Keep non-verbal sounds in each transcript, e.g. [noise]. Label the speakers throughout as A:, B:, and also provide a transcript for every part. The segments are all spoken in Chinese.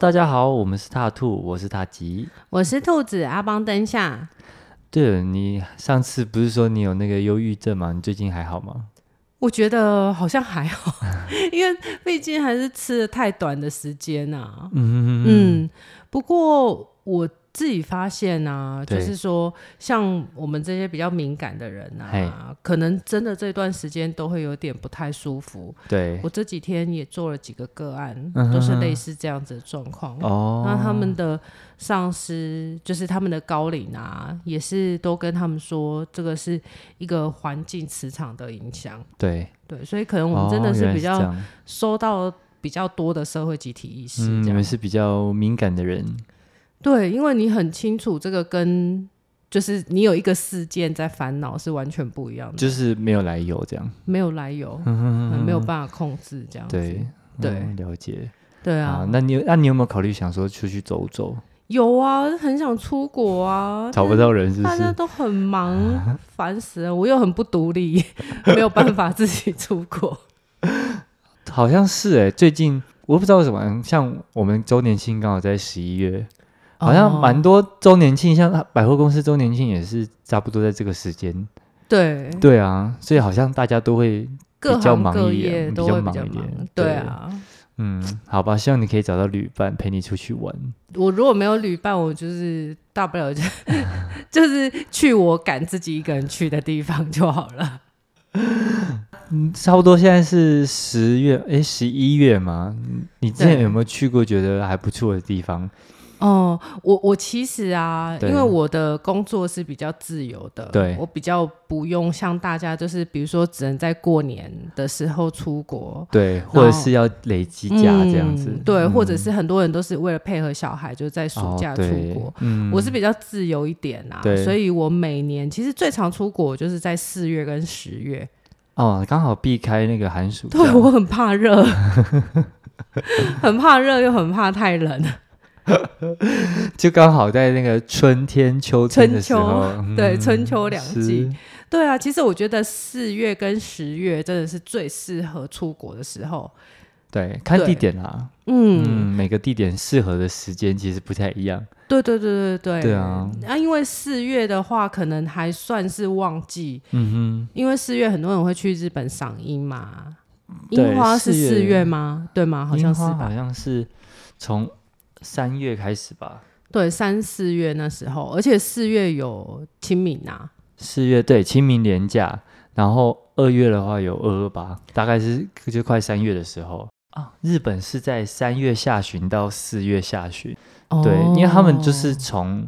A: 大家好，我们是踏兔，我是踏吉。
B: 我是兔子阿邦灯下，
A: 对了，你上次不是说你有那个忧郁症吗？你最近还好吗？
B: 我觉得好像还好，因为毕竟还是吃了太短的时间啊。
A: 嗯
B: 嗯，不过我自己发现啊，
A: 对
B: 就是说，像我们这些比较敏感的人
A: 嘿
B: 啊，可能真的这段时间都会有点不太舒服。
A: 对
B: 我这几天也做了几个个案，
A: 嗯哼
B: 都是类似这样子的状况。
A: 哦，
B: 那他们的上司，就是他们的高领啊，也是都跟他们说，这个是一个环境磁场的影响。
A: 对，
B: 对，所以可能我们真的
A: 哦
B: 是
A: 原来
B: 比
A: 这
B: 较
A: 样
B: 收到比较多的社会集体意
A: 嗯，
B: 识这
A: 你
B: 样。
A: 们是比较敏感的人，
B: 对，因为你很清楚这个跟就是你有一个事件在烦恼是完全不一样的，
A: 就是没有来由这样。
B: 没有来由，
A: [laughs] 嗯
B: 没有办法控制这样子。
A: 对
B: 对
A: 嗯了解。
B: 对
A: 好
B: 啊，，
A: 那你有那你有没有考虑想说出去走走？
B: 有啊，很想出
A: [laughs]
B: 国啊，
A: 找不到人是不啊
B: 大家
A: 是？
B: 都很忙，烦死了！我又很不独立， [laughs] 没有办法自己出国。
A: 好像是哎、最近我不知道为什么，像我们周年庆刚好在十一月， [laughs] 好像蛮
B: 哦
A: 多周年庆，像百货公司周年庆也是差不多在这个时间。
B: 对，
A: 对啊，所以好像大家都会，
B: 各
A: 比较
B: 行
A: 忙
B: 各
A: 一点
B: 业
A: 比
B: 都
A: 较
B: 会比
A: 忙
B: 较
A: 一点
B: 忙。
A: 对
B: 对啊，
A: 嗯，好吧，希望你可以找到旅伴陪你出去玩。
B: 我如果没有旅伴，我就是大不了就 [laughs] 就是去我敢自己一个人去的地方就好了。
A: 嗯，差不多现在是十月，诶，十一月嘛，嗯你之前
B: 对
A: 有没有去过觉得还不错的地方？
B: 哦，我我其实啊，
A: 对
B: 因为我的工作是比较自由的，
A: 对
B: 我比较不用像大家就是比如说只能在过年的时候出国，
A: 对，或者是要累积假这样子？
B: 嗯对，或者
A: 嗯
B: 是很多人都是为了配合小孩，就在暑假
A: 哦
B: 出
A: 对
B: 国。
A: 嗯
B: 我是比较自由一点啦、
A: 对
B: 所以我每年其实最常出国就是在四月跟十月。
A: 哦，刚好避开那个寒暑假。
B: 对我很怕热， [laughs] 很怕热又很怕太冷。
A: 就刚好在那个春天、秋天的时候，嗯
B: 春对春秋两
A: 是
B: 季对啊，其实我觉得四月跟十月真的是最适合出国的时候。
A: 对，看地
B: 对
A: 点啦。
B: 嗯，
A: 嗯，每个地点适合的时间其实不太一样。
B: 对对对对对。
A: 对啊，
B: 啊，因为四月的话，可能还算是旺季，
A: 嗯
B: 因为四月很多人会去日本赏樱嘛。
A: 对
B: 樱花是
A: 四月
B: 四月吗？对吗？
A: 哼，
B: 好像
A: 樱
B: 是
A: 花
B: 吧
A: 好。像是从三月开始吧。
B: 对，三四月那时候，而且四月有清明啊。
A: 四月对清明连假，然后二月的话有二二八，大概是就快三月的时候
B: 哦
A: 啊。日本是在三月下旬到四月下旬，对，
B: 哦
A: 因为他们就是从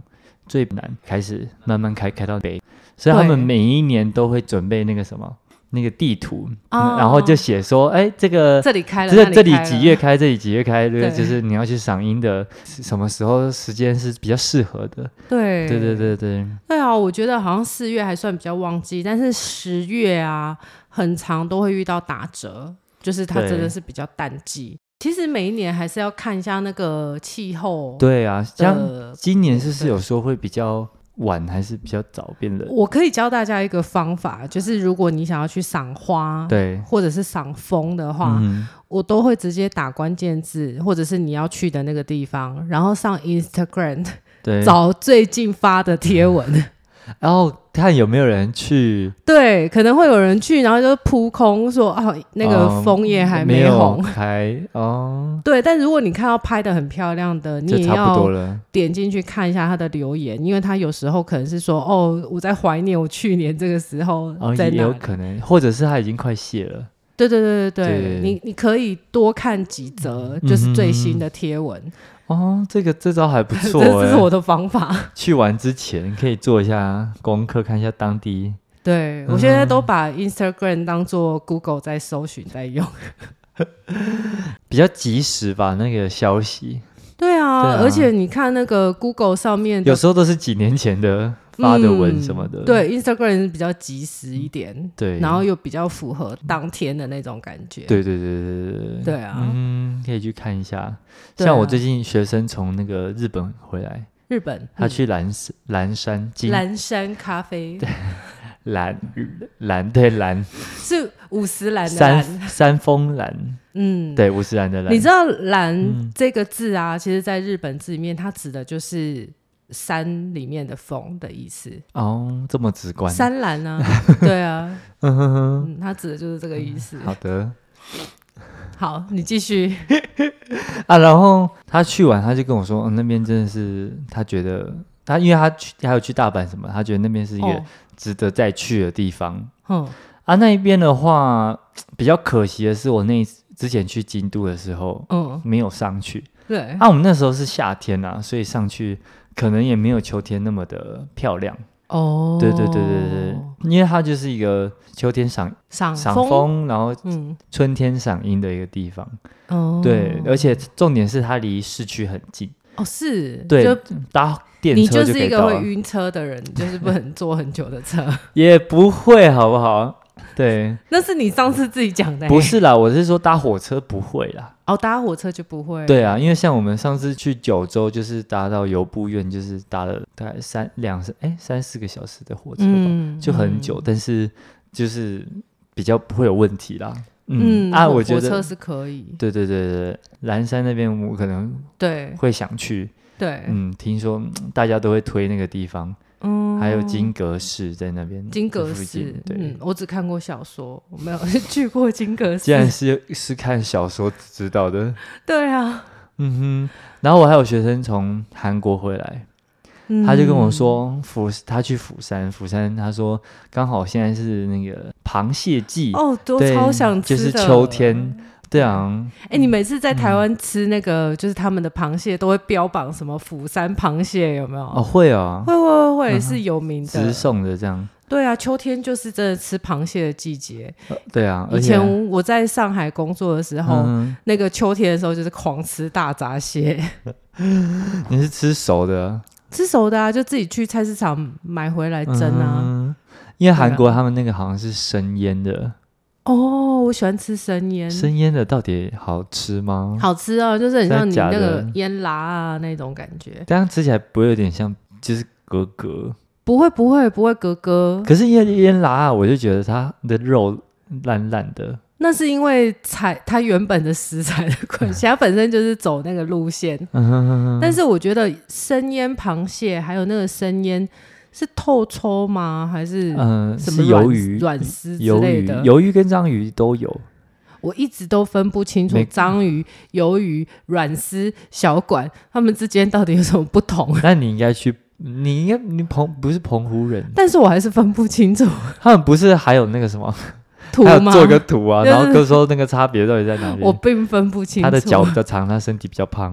A: 最南开始慢慢开开到北，所以他
B: 对
A: 们每一年都会准备那个什么那个地图，
B: 哦
A: 然后就写说，哎，这个。
B: 这里开了，
A: 这
B: 那
A: 这里
B: 开了
A: 几月开，这里几月开，对，
B: 对
A: 就是你要去赏樱的什么时候时间是比较适合的，
B: 对
A: 对对对对，
B: 对啊，我觉得好像四月还算比较旺季，但是十月啊，很长都会遇到打折，就是它
A: 对
B: 真的是比较淡季。其实每一年还是要看一下那个气候。
A: 对啊，像
B: 呃，
A: 今年是不是
B: 对
A: 有说会比较晚，还是比较早变冷？
B: 我可以教大家一个方法，就是如果你想要去赏花，
A: 对，
B: 或者是赏枫的话，
A: 嗯
B: 我都会直接打关键字，或者是你要去的那个地方，然后上 Instagram
A: 哼，对。
B: 找最近发的贴文。
A: [laughs] 然后哦看有没有人去，
B: 对，可能会有人去，然后就扑空说啊，那个
A: 嗯
B: 枫叶还
A: 没有
B: 红。
A: 开哦，
B: 对，但如果你看到拍的很漂亮的，你
A: 就
B: 也
A: 差不多
B: 要
A: 了。
B: 点进去看一下他的留言，因为他有时候可能是说哦，我在怀念我去年这个时候
A: 哦，
B: 在
A: 也
B: 哪
A: 有
B: 里。
A: 可能，或者是它已经快谢了。
B: 对对对
A: 对
B: 对
A: 嗯
B: 对，你你可以多看几则，就是最新的贴文。
A: 哦，这个这招还不错
B: [laughs] 这这是
A: 哎。
B: 我的方法。
A: 去玩之前可以做一下功课，看一下当地。嗯
B: 对我现在都把 Instagram 当做 Google 在搜寻在用。
A: 比较及时吧，那个消息
B: 对啊，
A: [laughs] 对啊
B: 而且你看那个 Google 上面的
A: 有时候都是几年前的发的文什么的。
B: 嗯对，Instagram 比较及时一点，
A: 对，
B: 然后又比较符合当天的那种感觉。
A: 对对对对对对
B: 对啊，
A: 嗯，可以去看一下。
B: 对
A: 像我
B: 啊
A: 最近学生从那个日本回来，
B: 日本
A: 他
B: 嗯
A: 去蓝山蓝山金，
B: 蓝山咖啡，
A: 蓝蓝对蓝
B: 是五十岚的
A: 山
B: 岚，
A: 山峰蓝，
B: 嗯，
A: 对五十岚的蓝。
B: 你知道“蓝
A: 嗯”
B: 这个字啊，其实在日本字里面，它指的就是山里面的风的意思。
A: 哦，这么直观。
B: 山蓝啊，
A: [laughs]
B: 对啊，
A: 嗯哼哼，嗯
B: 嗯，它指的就是这个意思。
A: 好的
B: 好，你继续。
A: 啊。然后他去完，他就跟我说，嗯、那边真的是他觉得他，因为他去还有去大阪什么，他觉得那边是一个
B: 哦，
A: 值得再去的地方。
B: 嗯，
A: 啊，那一边的话，比较可惜的是，我那一次之前去京都的时候
B: 嗯，
A: 没有上去。
B: 对，
A: 啊，我们那时候是夏天啊，所以上去可能也没有秋天那么的漂亮。
B: 哦，
A: 对对对对对，因为它就是一个秋天赏
B: 赏
A: 赏
B: 啊风，
A: 风，然后
B: 嗯，
A: 春天赏樱的一个地方。
B: 哦，
A: 对，而且重点是它离市区很近，
B: 哦是，
A: 对
B: 就
A: 搭电
B: 你
A: 车
B: 就是
A: 可
B: 一
A: 以
B: 个
A: 到啊
B: 会
A: 了。
B: 晕车的人， [laughs] 就是不能坐很久的车。 [laughs]
A: 也不会，好不好？对，
B: 那是你上次自己讲的欸、
A: 不是啦，我是说搭火车不会啦。
B: 哦，搭火车就不会。
A: 对啊，因为像我们上次去九州，就是搭到游步院，就是搭了大概三两三哎三四个小时的火车吧，
B: 嗯，嗯，
A: 就很久，但是就是比较不会有问题啦。
B: 嗯。嗯，
A: 啊，
B: 火
A: 我觉
B: 火车
A: 得嗯
B: 是可以，
A: 对对对对，对蓝山那边我可能
B: 对
A: 会想去，
B: 对，
A: 嗯，听说嗯大家都会推那个地方，
B: 嗯
A: 还有金阁寺在那边，
B: 金阁
A: 附
B: 寺
A: 近，对。
B: 嗯，我只看过小说，我没有 [laughs] 去过金阁
A: 既然
B: 寺。
A: 是是看小说知道的，
B: 对啊，
A: 嗯哼，然后我还有学生从韩国回来，
B: 嗯
A: 他就跟我，说，釜他去釜山，釜山他说刚好现在是那个螃蟹季，
B: 哦，都
A: 对
B: 超想吃
A: 就
B: 的，
A: 是秋。天，对啊，
B: 哎，你每次在台湾吃那个，就是他们的螃蟹，都会标榜什么釜山螃蟹，有没有？
A: 哦会哦，
B: 会会会会是有名
A: 直
B: 的，
A: 送的这样，
B: 对啊，秋天就是真的吃螃蟹的季节。
A: 呃对啊，而
B: 以
A: 且
B: 前我在上海工作的时候，
A: 嗯，
B: 那个秋天的时候就是狂吃大闸蟹，哦
A: 你是吃熟的
B: 吃熟的啊，就自己去菜市场买回来蒸啊。
A: 嗯因为韩
B: 对啊
A: 国他们那个好像是生腌的，
B: 哦，我喜欢吃生腌，
A: 生腌的到底好吃吗？
B: 好吃啊，就是很
A: 真的
B: 像你
A: 假
B: 那
A: 的
B: 个腌辣啊那种感觉。
A: 这样吃起来不会有点像就是格格？
B: 不会不会不会，格格，
A: 可是腌腌辣啊，我就觉得它的肉烂烂的，
B: 那是因为材它原本的食材的
A: [laughs]
B: 关系，它本身就是走那个路线。
A: 嗯哼哼哼
B: 但是我觉得生腌螃蟹还有那个生腌是透抽吗？还是
A: 嗯，
B: 什
A: 是
B: 么
A: 鱿鱼
B: 软丝之
A: 鱿
B: 类
A: 鱼，
B: 的？
A: 鱿鱼跟章鱼都有，
B: 我一直都分不清楚
A: 没
B: 章鱼、鱿鱼、软丝、小管它们之间到底有什么不同。 [laughs]
A: 那你应该去，你应该你澎不是澎湖人，
B: 但是我还是分不清楚
A: 他们不是还有那个什
B: [laughs]
A: 么，
B: 图
A: 还有
B: 吗？
A: 做个图啊，
B: 对
A: 然
B: [laughs]
A: 后
B: 对
A: 跟说那个差别到底在哪
B: 我
A: 里？
B: 并分不清楚。
A: 他的脚比较长，他身体比较胖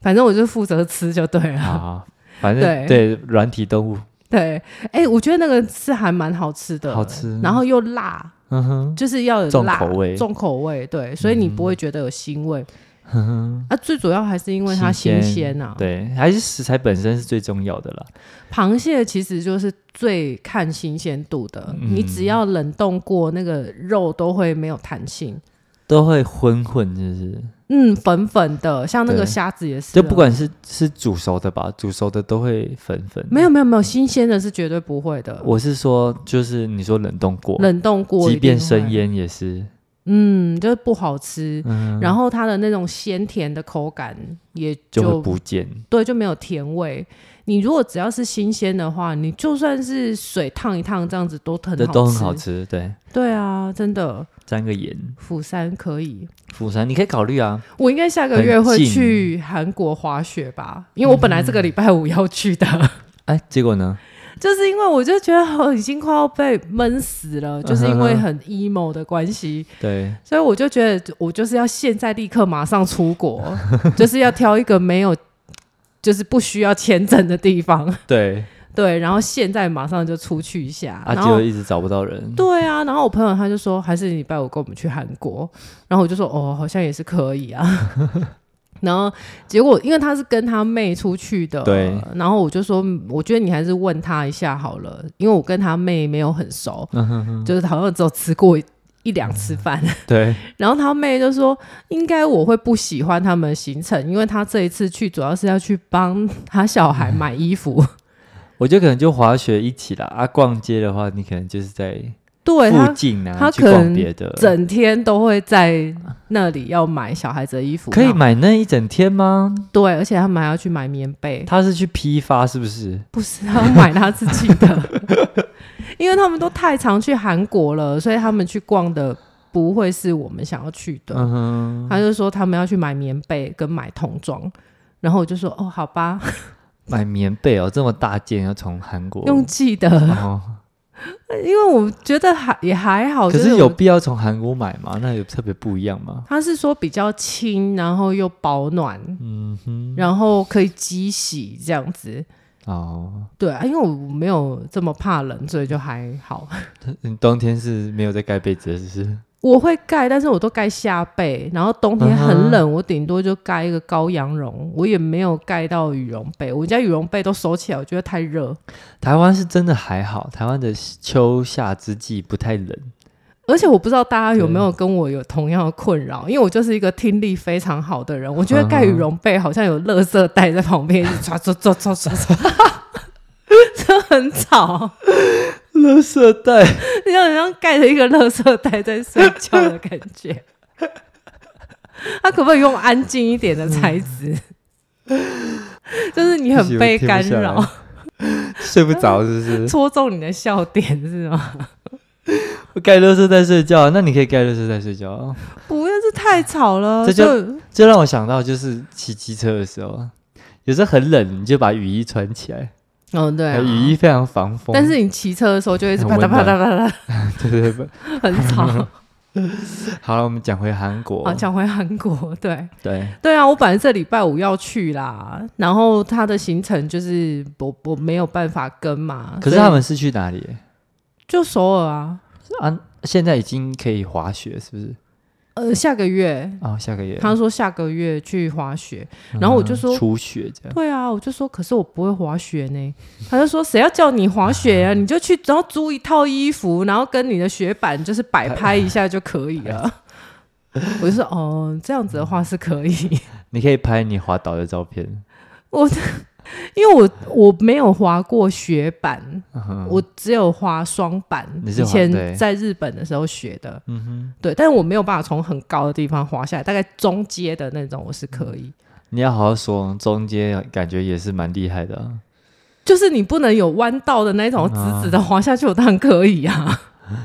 B: 反正我就负责吃就对了。
A: 啊，反正对软体动物
B: [laughs] 对，哎、我觉得那个是还蛮好吃的，
A: 好吃
B: 然后又辣，
A: 嗯哼，
B: 就是要有
A: 重
B: 辣
A: 口味嗯
B: 重口味，对，所以你不会觉得有腥味。啊，最主要还是因为它新
A: 新
B: 鲜啊。
A: 对，还是食材本身是最重要的啦。
B: 螃蟹其实就是最看新鲜度的，
A: 嗯
B: 你只要冷冻过，那个肉都会没有弹性，
A: 都会混混，就是
B: 嗯，粉粉的，像那个
A: 对
B: 虾子也是啊，
A: 就不管是是煮熟的吧，煮熟的都会粉粉。
B: 没有，没有没有新鲜的是绝对不会的，
A: 我是说，就是你说冷冻过，
B: 冷冻过，
A: 即便生，腌也是，
B: 嗯，就是不好吃。
A: 嗯，
B: 然后它的那种鲜甜的口感也
A: 就
B: 就
A: 会不见。
B: 对，就没有甜味。你如果只要是新鲜的话，你就算是水烫一烫这样子都很
A: 这
B: 好
A: 都很好
B: 吃。
A: 吃，对，
B: 对啊，真的，
A: 沾个盐。
B: 釜山可以。
A: 釜山你可以考虑啊，
B: 我应该下个
A: 很
B: 月会
A: 近
B: 去韩国滑雪吧，因为我本来这个礼拜五要去的，
A: 哎，结果呢？
B: [laughs] 就是因为我就觉得我已经快要被闷死了，就是因为
A: 嗯哼哼
B: 很 emo 的关系，
A: 对，
B: 所以我就觉得我就是要现在立刻马上出
A: [laughs]
B: 国，就是要挑一个没有，就是不需要签证的地方。
A: 对，
B: 对，然后现在马上就出去一下，
A: 啊，结
B: 然后
A: 果一直找不到
B: [laughs]
A: 人。
B: 对啊，然后我朋友他就说，还是礼拜五跟我们去韩国，然后我就说，哦，好像也是可以啊。 [laughs] 然后结果，因为他是跟他妹出去的，
A: 对
B: 然后我就说，嗯我觉得你还是问他一下好了，因为我跟他妹没有很熟，
A: 嗯哼哼，
B: 就是好像只有吃过一一两次饭。 [laughs]
A: 对，
B: 然后他妹就说，应该我会不喜欢他们的行程，因为他这一次去主要是要去帮他小孩买衣服。 [laughs]
A: 我觉得可能就滑雪一起啦。啊，逛街的话，你可能就是在
B: 对
A: 附
B: 他
A: 近啊
B: 他
A: 去
B: 可
A: 逛
B: 能
A: 别的，
B: 整天都会在那里要买小孩子的衣服，
A: 可以
B: 然后
A: 买那一整天吗？
B: 对，而且他们还要去买棉被，
A: 他是去批发是不是？
B: 不是他买他自己的，
A: [laughs]
B: 因为他们都太常去韩国了，所以他们去逛的不会是我们想要去的。
A: 嗯哼，
B: 他就说他们要去买棉被跟买童装，然后我就说哦，好
A: [laughs]
B: 吧，
A: 买棉被哦，这么大件要从韩国
B: 用寄的，
A: 哦，
B: 因为我觉得还也还好，
A: 可
B: 就是
A: 有
B: 我
A: 必要从韩国买吗？那有特别不一样吗？
B: 他是说比较轻，然后又保暖，
A: 嗯哼，
B: 然后可以机洗这样子。
A: 哦，
B: 对啊，因为我没有这么怕冷，所以就还好。 [laughs]
A: 你冬天是没有在盖被子的，是不是？
B: 我会盖，但是我都盖下被，然后冬天很冷我顶多就盖一个高羊绒，我也没有盖到羽绒被。我家羽绒被都收起来，我觉得太热，
A: 台湾是真的还好，台湾的秋夏之际不太冷，
B: 而且我不知道大家有没有跟我有同样的困扰，因为我就是一个听力非常好的人，我觉得盖羽绒被好像有垃圾袋在旁边，一直刷刷刷刷刷刷， [laughs] 这很吵，
A: 垃圾 [laughs] 袋，
B: [laughs] 你像你像盖着一个垃圾袋在睡觉的感觉。他可不可以用安静一点的材
A: [laughs]
B: 质？就是你很被干扰， [laughs]
A: 睡不着是不是？
B: 戳中你的笑点是吗？ [laughs]
A: 我盖垃圾袋睡觉，那你可以盖垃圾袋睡觉啊。
B: 不要，这太吵了。
A: 这就
B: 就
A: 这让我想到就是骑机车的时候啊，有时候很冷，你就把雨衣穿起来，
B: 嗯对、啊，
A: 雨衣非常防哎风，
B: 但是你骑车的时候就会一直啪嗒
A: 很
B: 啪
A: 温
B: 嗒啪嗒，
A: [laughs] 对对对。
B: 很
A: [laughs]
B: 吵。
A: 好了，我们讲回韩国，
B: 啊，讲回韩国，对
A: 对，
B: 对啊，我本来这礼拜五要去啦，然后他的行程就是我我没有办法跟嘛，
A: 可是
B: 所以
A: 他们是去哪里？
B: 就首尔啊，
A: 啊，现在已经可以滑雪是不是？
B: 呃，下个月
A: 哦，下个月。
B: 他说下个月去滑雪，然后我就说
A: 嗯初雪这样，
B: 对啊，我就说可是我不会滑雪呢，他就说谁要叫你滑雪
A: 嗯
B: 啊，你就去然后租一套衣服，然后跟你的雪板就是摆拍一下就可以了。
A: 哎
B: [laughs] 我就说哦，这样子的话是
A: [laughs]
B: 可以。
A: 你可以拍你滑倒的照片。
B: 我因为我我没有滑过雪板，
A: 嗯哼
B: 我只有滑双板，
A: 你是
B: 以
A: 滑对
B: 前在日本的时候学的，
A: 嗯哼，
B: 对，但是我没有办法从很高的地方滑下来，大概中阶的那种我是可以，
A: 你要好好说，中间感觉也是蛮厉害的啊、
B: 就是你不能有弯道的那种
A: 嗯啊
B: 直直的滑下去，我当然可
A: [laughs]
B: 以啊，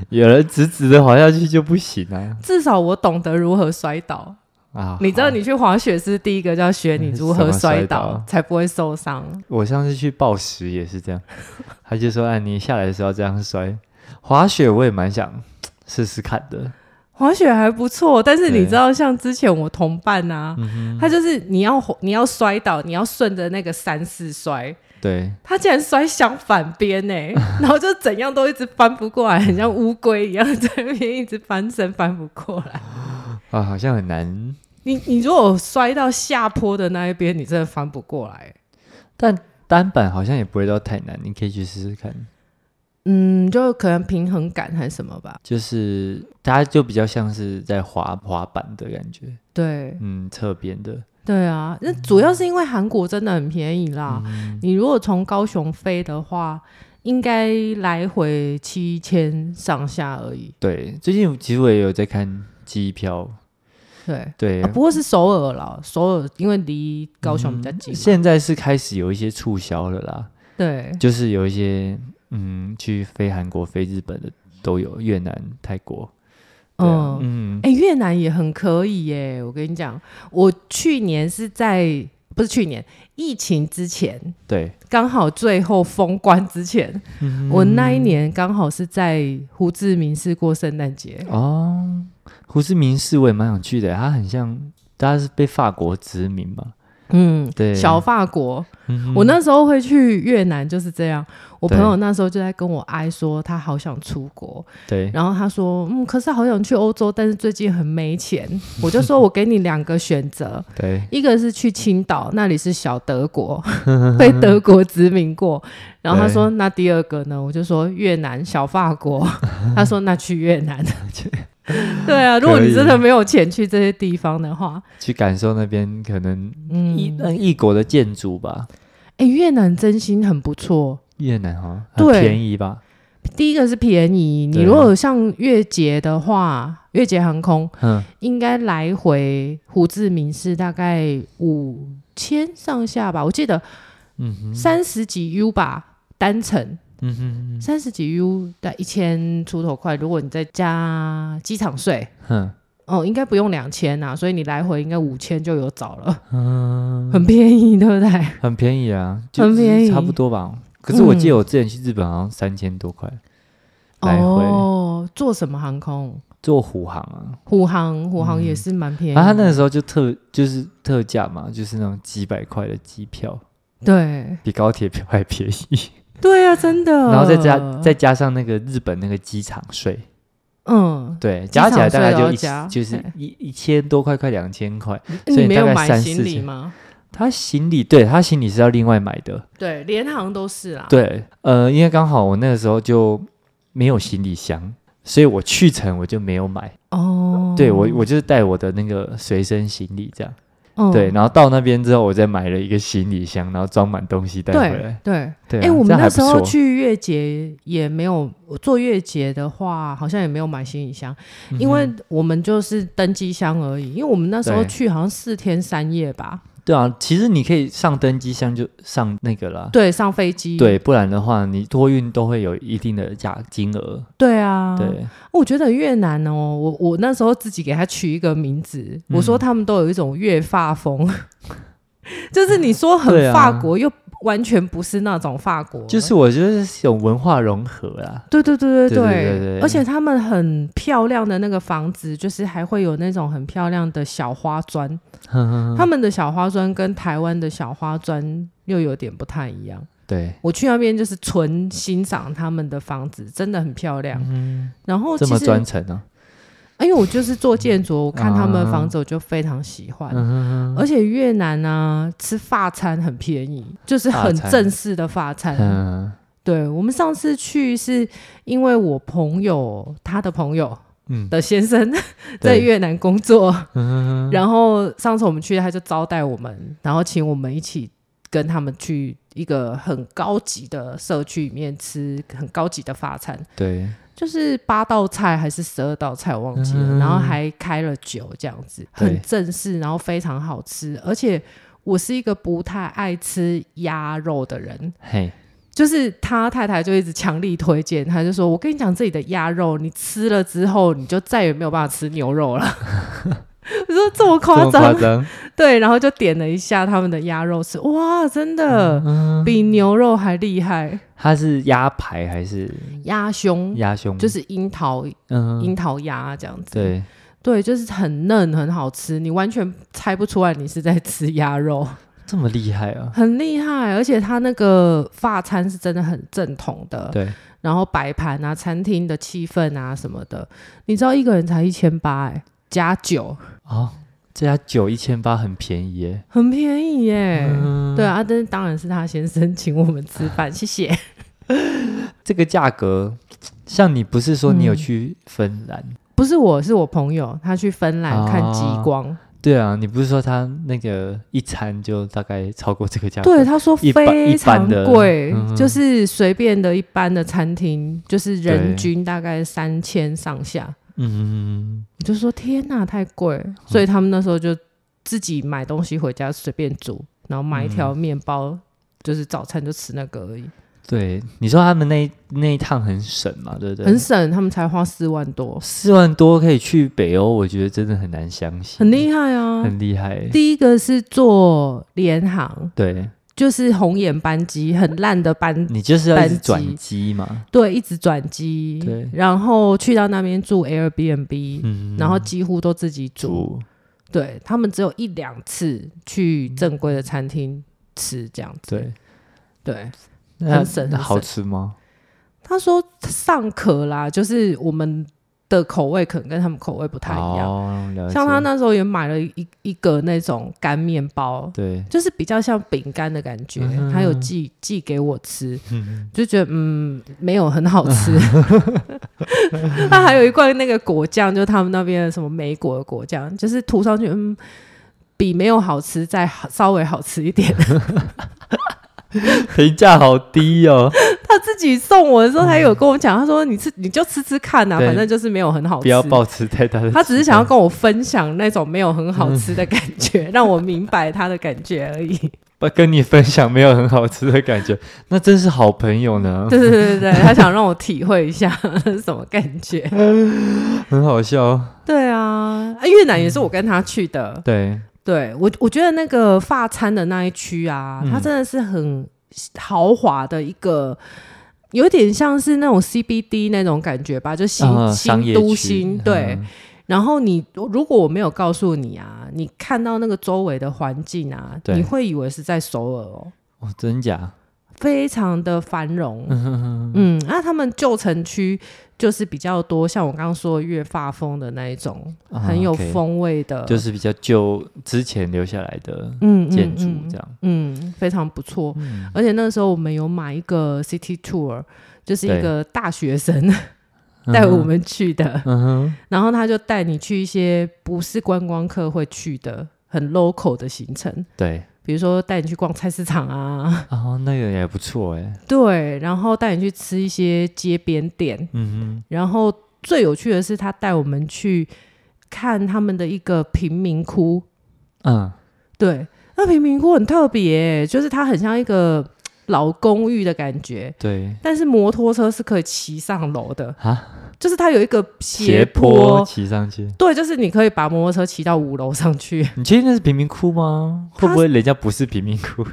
A: 有人直直的滑下去就不行啊！
B: 至少我懂得如何摔倒。
A: 啊，
B: 你知道，
A: 好
B: 你去滑雪是第一个就要学你如
A: 怎么
B: 何
A: 摔
B: 摔
A: 倒
B: 倒，才不会受伤。
A: 我上次去报时也是这样，他就说：“哎，你下来的时候要这样摔。”滑雪我也蛮想试试看的，
B: 滑雪还不错，但是
A: 对
B: 你知道，像之前我同伴啊，
A: 嗯哼，
B: 他就是你要你要摔倒，你要顺着那个山势摔，
A: 对，
B: 他竟然摔相反边呢、
A: [laughs]
B: 然后就怎样都一直翻不过来，很像乌龟一样在那边一直翻身翻不过来。
A: 啊，好像很难，
B: 你你如果摔到下坡的那一边，你真的翻不过来。
A: 但单板好像也不会到太难，你可以去试试看。
B: 嗯，就可能平衡感还是什么吧。
A: 就是它就比较像是在滑滑板的感觉，
B: 对
A: 嗯，侧边的，
B: 对啊，那主要是因为韩国真的很便宜啦。你如果从高雄飞的话，应该来回七千上下而已。
A: 对。最近其实我也有在看机票，
B: 对，
A: 对，
B: 啊，不过是首尔啦，首尔因为离高雄比较近
A: 嗯
B: 嘛、
A: 现在是开始有一些促销了啦，
B: 对，
A: 就是有一些嗯，去飞韩国、飞日本的都有，越南、泰国，对啊嗯，
B: 嗯，哎、越南也很可以耶！我跟你讲，我去年是在不是去年疫情之前，
A: 对，
B: 刚好最后封关之前，
A: 嗯
B: 我那一年刚好是在胡志明市过圣诞节。
A: 哦，胡志明市我也蛮想去的，它很像，它是被法国殖民嘛，
B: 嗯，
A: 对，
B: 小法国，
A: 嗯哼
B: 我那时候会去越南就是这样。我
A: 对
B: 朋友那时候就在跟我哀说，他好想出国，
A: 对，
B: 然后他说：“嗯，可是好想去欧洲，但是最近很没钱。”我就
A: [laughs]
B: 说：“我给你两个选择，
A: 对，
B: 一个是去青岛，那里是小
A: [laughs]
B: 德国，被德国殖民过。”然后他说：“那第二个呢？”我就说：“越南，小
A: [laughs]
B: 法国。”他说：“那去越南。”对啊，如果
A: 可
B: 你
A: 以
B: 真的没有钱去这些地方的话，
A: 去感受那边可能呃
B: 嗯，
A: 异那异国的建筑吧，
B: 哎、越南真心很不错。
A: 越南好像很
B: 对
A: 便宜吧？
B: 第一个是便宜，你
A: 对啊
B: 如果像月捷的话，月捷航空
A: 嗯，
B: 应该来回胡志明市大概五千上下吧，我记得
A: 嗯哼，
B: 三十几 U 吧，单程
A: 嗯哼，
B: 三十几 U 在一千出头块，如果你再加机场税，
A: 哼，
B: 哦，应该不用两千啊呐，所以你来回应该五千就有找了，
A: 嗯，
B: 很便宜，对不对？
A: 很便宜啊，就
B: 很便宜
A: 差不多吧。可是我记
B: 嗯
A: 得我之前去日本好像三千多块，来回
B: 哦，坐什么航空？
A: 坐虎航啊，
B: 虎航，虎航也是蛮便宜的。
A: 然后他嗯啊那个时候就特就是特价嘛，就是那种几百块的机票，
B: 对
A: 比高铁票还便宜，
B: 对啊，真的。
A: 然后再加再加上那个日本那个机场税，
B: 嗯，
A: 对，
B: 机
A: 加
B: 场
A: 起来大概
B: 税
A: 就
B: 都要
A: 一
B: 加
A: 就是
B: 对
A: 一一千多块，快两千块。所以
B: 你没有
A: 大概
B: 买
A: 三四
B: 行李
A: 千
B: 吗？
A: 他行李对他行李是要另外买的，
B: 对，联航都是啊。
A: 对，呃，因为刚好我那个时候就没有行李箱，所以我去程我就没有买，
B: 哦，
A: 对我我就是带我的那个随身行李这样，
B: 嗯
A: 对，然后到那边之后我再买了一个行李箱，然后装满东西带回
B: 对
A: 来，
B: 对。
A: 对啊，
B: 哎，我
A: 这
B: 们
A: 样还
B: 那
A: 不
B: 时候
A: 错，
B: 去越捷也没有我坐越捷的话，好像也没有买行李箱，
A: 嗯
B: 因为
A: 哼
B: 我们就是登机箱而已。因为我们那时候
A: 对
B: 去好像四天三夜吧，
A: 对啊，其实你可以上登机箱就上那个啦。
B: 对，上飞机，
A: 对，不然的话，你托运都会有一定的价金额。
B: 对啊，
A: 对，
B: 我觉得越南哦，我我那时候自己给他取一个名字，我
A: 嗯
B: 说他们都有一种越发风， [laughs] 就是你说
A: 对
B: 很
A: 啊
B: 法国，又完全不是那种法国，
A: 就是 [laughs] 我觉得是有文化融合啦。
B: 对对对对
A: 对对对对
B: 而且他们很漂亮的那个房子，就是还会有那种很漂亮的小花砖，
A: 哼哼哼
B: 他们的小花砖跟台湾的小花砖又有点不太一样。
A: 对，
B: 我去那边就是纯欣赏他们的房子，真的很漂亮。
A: 嗯，
B: 然后
A: 这
B: 哦其
A: 么
B: 实哎
A: 专程哦呢、
B: 因为我就是做建筑，我看他们
A: 啊
B: 的房子我就非常喜
A: 嗯
B: 欢。而且越南呢、吃法餐很便宜，就是很
A: 法餐
B: 正式的法餐。
A: 嗯
B: 对我们上次去是因为我朋友他的朋友
A: 嗯，
B: 的先生 [laughs] 在
A: 对
B: 越南工作，
A: 嗯
B: 然后上次我们去他就招待我们，然后请我们一起跟他们去一个很高级的社区里面吃很高级的法餐。
A: 对，
B: 就是八道菜还是十二道菜，我忘记了，
A: 嗯
B: 然后还开了酒这样子，
A: 对
B: 很正式，然后非常好吃，而且我是一个不太爱吃鸭肉的人。
A: 嘿，
B: 就是他太太就一直强力推荐，他就说：“我跟你讲，这里的鸭肉，你吃了之后，你就再也没有办法吃牛肉了。”我说这么
A: 这
B: [laughs] 夸
A: 么夸
B: 张？
A: 张，
B: 对，然后就点了一下他们的鸭肉吃，哇，真的、比牛肉还厉害，
A: 它是鸭排还是
B: 鸭胸
A: 鸭胸？
B: 就是嗯樱桃
A: 嗯，
B: 樱桃鸭这样子。
A: 对，
B: 对，就是很嫩，很好吃，你完全猜不出来你是在吃鸭肉，
A: 这么厉害啊！
B: 很厉害。而且它那个法餐是真的很正统的，
A: 对，
B: 然后摆盘啊、餐厅的气氛啊什么的，你知道一个人才一千八哎，加酒，
A: 哦，这家酒一千八很便宜耶。
B: 很便宜耶。
A: 嗯，
B: 对啊，但是当然是他先生请我们吃饭， [laughs] 谢谢。
A: 这个价格，像你不是说你有
B: 嗯
A: 去芬兰？
B: 不是我，是我朋友，他去芬兰看极
A: 啊
B: 光，
A: 对啊，你不是说他那个一餐就大概超过这个价格？
B: 对，他说
A: 一般
B: 非常
A: 一般的
B: 贵，
A: 嗯
B: 就是随便的一般的餐厅，就是
A: 对
B: 人均大概三千上下。
A: 嗯，
B: 你就说天哪，太贵！所以他们那时候就自己买东西回家随便煮，然后买一条面包，就是早餐就吃那个而已，
A: 对，你说他们那一那一趟很省嘛，对不对？
B: 很省。他们才花四万多，
A: 四万多可以去北欧，我觉得真的很难相信，
B: 很厉害啊！
A: 很厉害。
B: 第一个是坐联航，
A: 对
B: 就是红眼班机，很烂的班
A: 你就是要一直
B: 班机
A: 转机嘛，
B: 对，一直转机，
A: 对
B: 然后去到那边住 Airbnb，、
A: 嗯，
B: 然后几乎都自己煮。
A: 煮
B: 对他们只有一两次去正规的餐厅吃这样子。
A: 对，
B: 对，
A: 那
B: 很省
A: 那
B: 很
A: 好
B: 省
A: 吃吗？
B: 他说尚可啦，就是我们的口味可能跟他们口味不太一样。
A: 哦，了解
B: 像他那时候也买了一一个那种干面包。
A: 对，
B: 就是比较像饼干的感觉，
A: 嗯
B: 他有寄寄给我吃，
A: 嗯
B: 就觉得嗯没有很
A: [laughs]
B: 好吃。那还有一罐那个果酱，就是他们那边的什么美国的果酱，就是涂上去，嗯，比没有好 [laughs] 吃再好稍微好吃一点。
A: 评价好低哦，
B: 自己送我的时候，他有跟我讲，他说你吃你就吃吃看啊，
A: 对
B: 反正就是没有很好吃。
A: 不要抱持太大的期待。
B: [laughs] 他只是想要跟我分享那种没有很好吃的感觉，
A: 嗯
B: 让我明白他的感觉
A: [laughs]
B: 而已。
A: 不跟你分享没有很好吃的感
B: [laughs]
A: 觉，那真是好朋友呢，
B: 对对对对对，他想让我体会一下是什么感觉。
A: 很好笑。哦
B: 对啊，啊越南也是我跟他去的。
A: 对，
B: 对我，我觉得那个发餐的那一区啊，它
A: 嗯
B: 真的是很豪华的一个，有点像是那种 CBD 那种感觉吧，就新、
A: 啊商
B: 新
A: 业
B: 都
A: 区
B: 心对。
A: 嗯
B: 然后你如果我没有告诉你啊，你看到那个周围的环境啊，
A: 对
B: 你会以为是在首尔哦，
A: 哦，真假？
B: 非常的繁荣。
A: 嗯哼哼
B: 嗯，那、他们旧城区就是比较多，像我刚刚说的越发风的那一种，
A: 啊
B: 很有
A: OK
B: 风味的，
A: 就是比较旧之前留下来的
B: 嗯
A: 建筑
B: 嗯嗯
A: 这样。
B: 嗯，非常不错。
A: 嗯
B: 而且那个时候我们有买一个 City Tour，就是一
A: 对
B: 个大学生 [laughs] 带我们去的，
A: 嗯哼，
B: 然后他就带你去一些不是观光客会去的很 local 的行程，
A: 对。
B: 比如说带你去逛菜市场啊， [laughs]
A: 哦，那个也不错哎。
B: 对，然后带你去吃一些街边店，
A: 嗯
B: 然后最有趣的是他带我们去看他们的一个贫民窟，
A: 哼，嗯，
B: 对，那贫民窟很特别、就是它很像一个老公寓的感觉。
A: 对。
B: 但是摩托车是可以骑上楼的
A: 啊，
B: 就是它有一个
A: 斜
B: 坡
A: 坡，骑上去，
B: 对，就是你可以把摩托车骑到五楼上去。
A: 你确定那是贫民窟吗？
B: 它
A: 会不会人家不是贫民窟？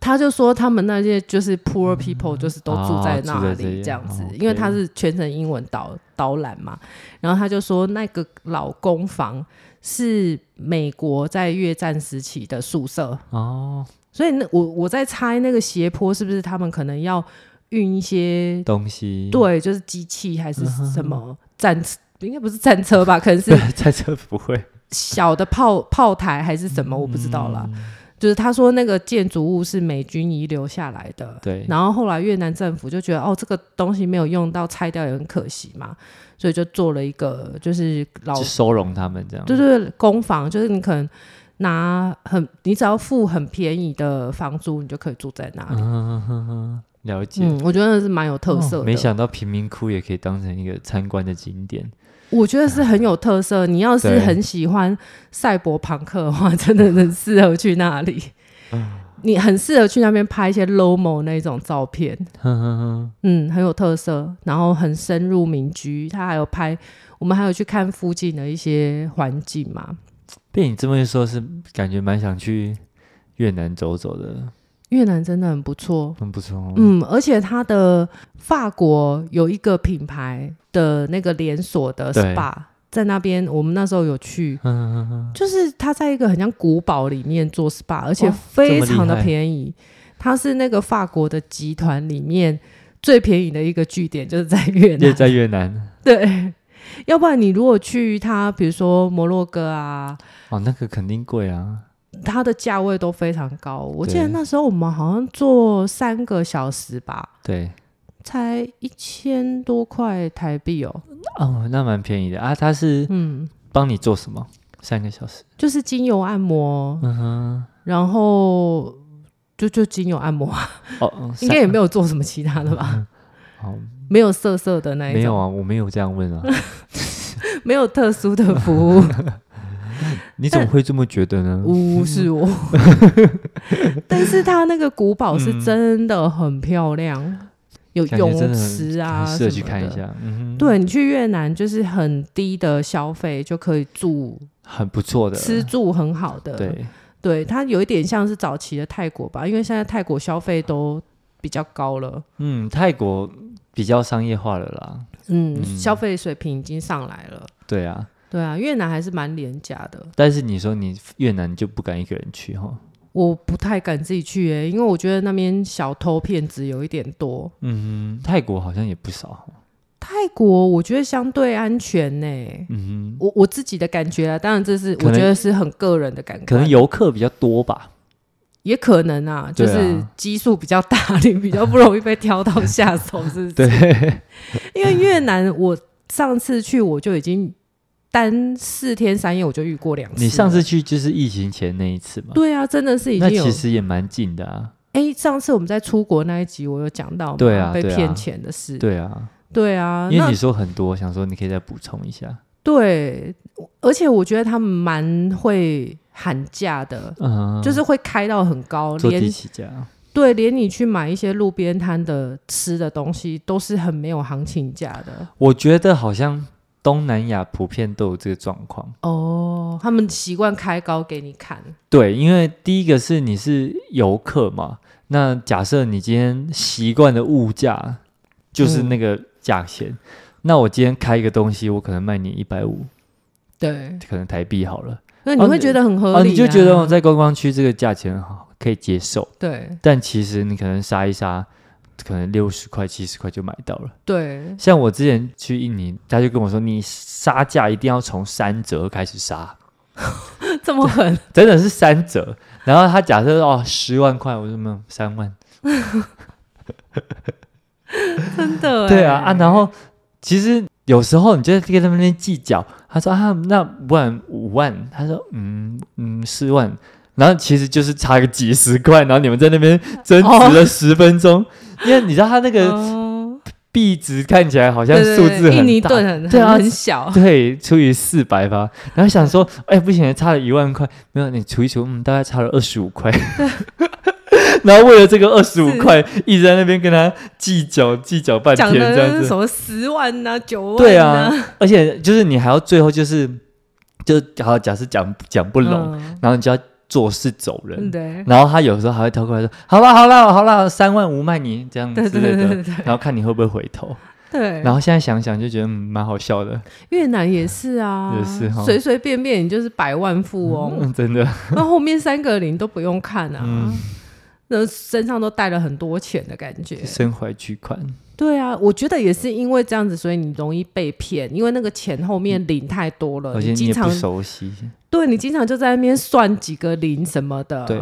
B: 他就说他们那些就是 poor people，就是都住
A: 嗯
B: 在
A: 哦住
B: 那
A: 在这
B: 里
A: 里
B: 这样子
A: 哦，，OK
B: 因为他是全程英文导导览嘛。然后他就说那个老公房是美国在越战时期的宿舍，
A: 哦，
B: 所以那我我在猜那个斜坡是不是他们可能要运一些
A: 东西，
B: 对，就是机器还是什
A: 嗯
B: 么战车，应该不是战车吧？可能是
A: 对，在这不会，
B: 小的炮炮台还是什么，我不知道
A: 嗯
B: 啦。就是他说那个建筑物是美军遗留下来的，
A: 对
B: 然后后来越南政府就觉得哦，这个东西没有用到，拆掉也很可惜嘛，所以就做了一个就是老
A: 就收容他们这样，
B: 就是公房，就是你可能拿很你只要付很便宜的房租，你就可以住在那里。
A: 嗯哼哼，了解。
B: 嗯，我觉得是蛮有特色的。
A: 哦没想到贫民窟也可以当成一个参观的景点，
B: 我觉得是很有特色。你要是
A: 对
B: 很喜欢赛博朋克的话，真的很适合去那里。
A: 嗯
B: 你很适合去那边拍一些 lomo 那种照片，
A: 哼哼哼，
B: 嗯，很有特色，然后很深入民居。他还有拍，我们还有去看附近的一些环境嘛。
A: 被你这么一说，是感觉蛮想去越南走走的，
B: 越南真的很不错，
A: 很不错哦。
B: 嗯，而且它的法国有一个品牌的那个连锁的
A: 对
B: SPA 在那边，我们那时候有去，
A: 嗯哼哼，
B: 就是它在一个很像古堡里面做 SPA，而
A: 哦
B: 且非常的便宜。它是那个法国的集团里面最便宜的一个据点，就是在越
A: 也
B: 南。
A: 在越南
B: [laughs] 对，要不然你如果去它，比如说摩洛哥啊，
A: 哦，那个肯定贵啊，
B: 它的价位都非常高。我记得
A: 对
B: 那时候我们好像坐三个小时吧，
A: 对，
B: 才一千多块台币哦。
A: 哦，那蛮便宜的啊。他是
B: 嗯，
A: 帮你做什么？三个小时，
B: 就是精油按摩，
A: 嗯哼，
B: 然后就就精油按摩啊，
A: 哦，哦
B: 应该也
A: 三
B: 没有做什么其他的吧。
A: 哦，
B: 没有色色的那一种，
A: 没有啊，我没有这样问啊，
B: 没有特殊的服务，
A: 你怎么会这么觉得呢？
B: 呜
A: [laughs]
B: 是我。但是它那个古堡是真的很漂亮，有
A: 嗯感觉真
B: 泳
A: 的
B: 池啊，
A: 很适合去
B: 什么
A: 看一
B: 的。
A: 下，嗯哼，，
B: 对你去越南，就是很低的消费就可以住
A: 很不错的，
B: 吃住很好的，，
A: 对，
B: 对它有一点像是早期的泰国吧，因为现在泰国消费都比较高了，
A: 嗯，泰国比较商业化了啦，
B: 嗯，
A: 嗯
B: 消费水平已经上来了，
A: 对啊，
B: 对啊，越南还是蛮廉价的，
A: 但是你说你越南就不敢一个人去哈，
B: 我不太敢自己去耶、因为我觉得那边小偷骗子有一点多。
A: 嗯哼，泰国好像也不少吼，
B: 泰国我觉得相对安全呢、
A: 嗯
B: 我我自己的感觉啊，当然这是
A: 可
B: 我
A: 能
B: 觉得是很个人的感
A: 哼，
B: 觉，
A: 可能游客比较多吧，
B: 也可能啊，就
A: 对啊
B: 是基数比较大，你比较不容易被挑到下
A: [laughs]
B: 手，是不是？
A: 对，
B: [laughs] 因为越南我上次去我就已经单四天三夜我就遇过两次了。
A: 你上次去就是疫情前那一次嘛，
B: 啊对啊，真的是已
A: 那
B: 经有
A: 其实也蛮近的啊，
B: 哎，上次我们在出国那一集，我有讲到嘛
A: 对啊
B: 被
A: 对啊
B: 骗钱的事，
A: 对啊，
B: 对啊，
A: 因为
B: 那
A: 你说很多，想说你可以再补充一下。
B: 对，而且我觉得他们蛮会喊价的，
A: 嗯，
B: 就是会开到很高，
A: 坐地
B: 连
A: 起价，
B: 对，连你去买一些路边摊的吃的东西都是很没有行情价的
A: 我觉得好像东南亚普遍都有这个状况。
B: 哦。他们习惯开高给你看，
A: 对，因为第一个是你是游客嘛，那假设你今天习惯的物价
B: 嗯
A: 就是那个价钱，那我今天开一个东西，我可能卖你一百五，
B: 对，
A: 可能台币好了，
B: 那你
A: 哦
B: 会
A: 你
B: 觉得很合理、
A: 啊，你就觉得我在观光区这个价钱好可以接受，
B: 对
A: 但其实你可能杀一杀，可能六十块、七十块就买到了。 [laughs]
B: 对
A: 像我之前去印尼，他就跟我说，你杀价一定要从三折开始杀，
B: 这么狠，
A: 真的是三折。然后他假设哦十万块，我说没有三万，
B: 真的、欸
A: 对啊啊，，然后其实有时候你就在跟他们那边计较，他说啊那不然五万，他说嗯嗯四万。然后其实就是差个几十块，然后你们在那边争执了十分钟，因为你知道他那个
B: 哦、
A: 币值看起来好像
B: 对对
A: 数
B: 对
A: 字很
B: 印尼
A: 大
B: 盾很
A: 对啊
B: 很小，
A: 对，除以四百吧。然后想说，哎、不行，差了一万块，没有，你除一除，嗯，大概差了二十五
B: [laughs]
A: 块。然后为了这个二十五
B: 是
A: 块，一直在那边跟他计较计较半天
B: 讲
A: 这样
B: 的
A: 子
B: 什。么十万呐、九万、
A: 对啊，，而且就是你还要最后就是，就好假设讲讲不
B: 不
A: 拢，然后你就要做事走人。
B: 嗯对
A: 然后他有时候还会跳过来说：“好啦，好啦，好啦，三万五卖你这样之
B: 对对
A: 类
B: 对
A: 的。
B: 对”对
A: 然后看你会不会回头。
B: 对，
A: 然后现在想想就觉得嗯蛮好笑的，
B: 越南也是啊，
A: 也是哈
B: 随随便便你就是百万富翁，
A: 嗯，真的， [laughs]
B: 那、后面三个零都不用看啊
A: 嗯，。
B: 那、身上都带了很多钱的感觉。
A: 身怀巨款，
B: 对啊，我觉得也是因为这样子，所以你容易被骗，因为那个钱后面领太多了，
A: 而且你
B: 经
A: 也不
B: 常
A: 熟悉，
B: 对呃你经常就在那边算几个零什么的，
A: 对，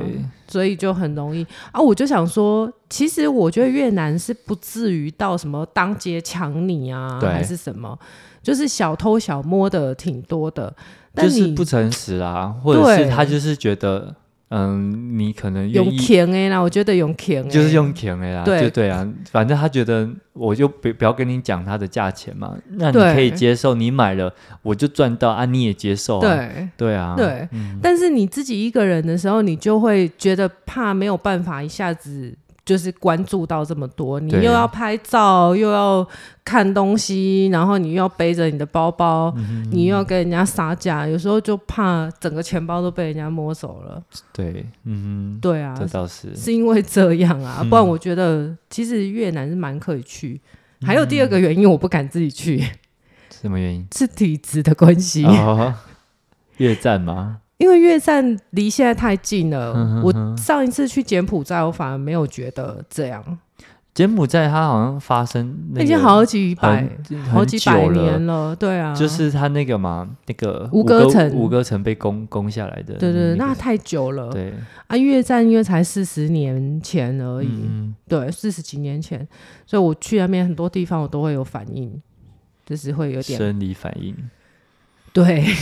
B: 所以就很容易啊。我就想说，其实我觉得越南是不至于到什么当街抢你啊，
A: 对
B: 还是什么，就是小偷小摸的挺多的。但
A: 就
B: 呃你
A: 是不诚实啦，或者是
B: 对
A: 他就是觉得，嗯，你可能愿
B: 用
A: 意。
B: 钱哎啦，我觉得用钱
A: 就是用钱的啦，
B: 嗯对
A: 就对啊，反正他觉得我就不不要跟你讲它的价钱嘛，那你
B: 对
A: 可以接受，你买了我就赚到啊，你也接受、啊，
B: 对。
A: 对啊，
B: 对
A: 嗯，
B: 但是你自己一个人的时候，你就会觉得怕没有办法一下子就是关注到这么多，你
A: 对
B: 又要拍照，又要看东西，然后你又要背着你的包包，
A: 嗯
B: 你又要跟人家杀价，有时候就怕整个钱包都被人家摸走了。
A: 对，嗯哼，
B: 对啊，
A: 这倒是，
B: 是因为这样
A: 嗯
B: 啊，不然我觉得其实越南是蛮可以去。还有第
A: 嗯
B: 二个原因，我不敢自己去， [laughs]
A: 什么原因？
B: 是体质的关系。
A: 哦，越战吗？
B: 因为越战离现在太近了，
A: 嗯哼哼
B: 我上一次去柬埔寨，我反而没有觉得这样，
A: 柬埔寨它好像发生那
B: 已经
A: 个
B: 好几百、
A: 很
B: 好
A: 很
B: 几
A: 久
B: 百
A: 了
B: 年了，对啊，
A: 就是他那个嘛，那个
B: 吴哥城
A: 吴哥城被攻攻下来的个，
B: 对对对，那太久了
A: 对
B: 啊！越战因为才四十年前而已，
A: 嗯，
B: 对，四十几年前，所以我去那边很多地方我都会有反应，就是会有点
A: 生理反应，
B: 对。 [laughs]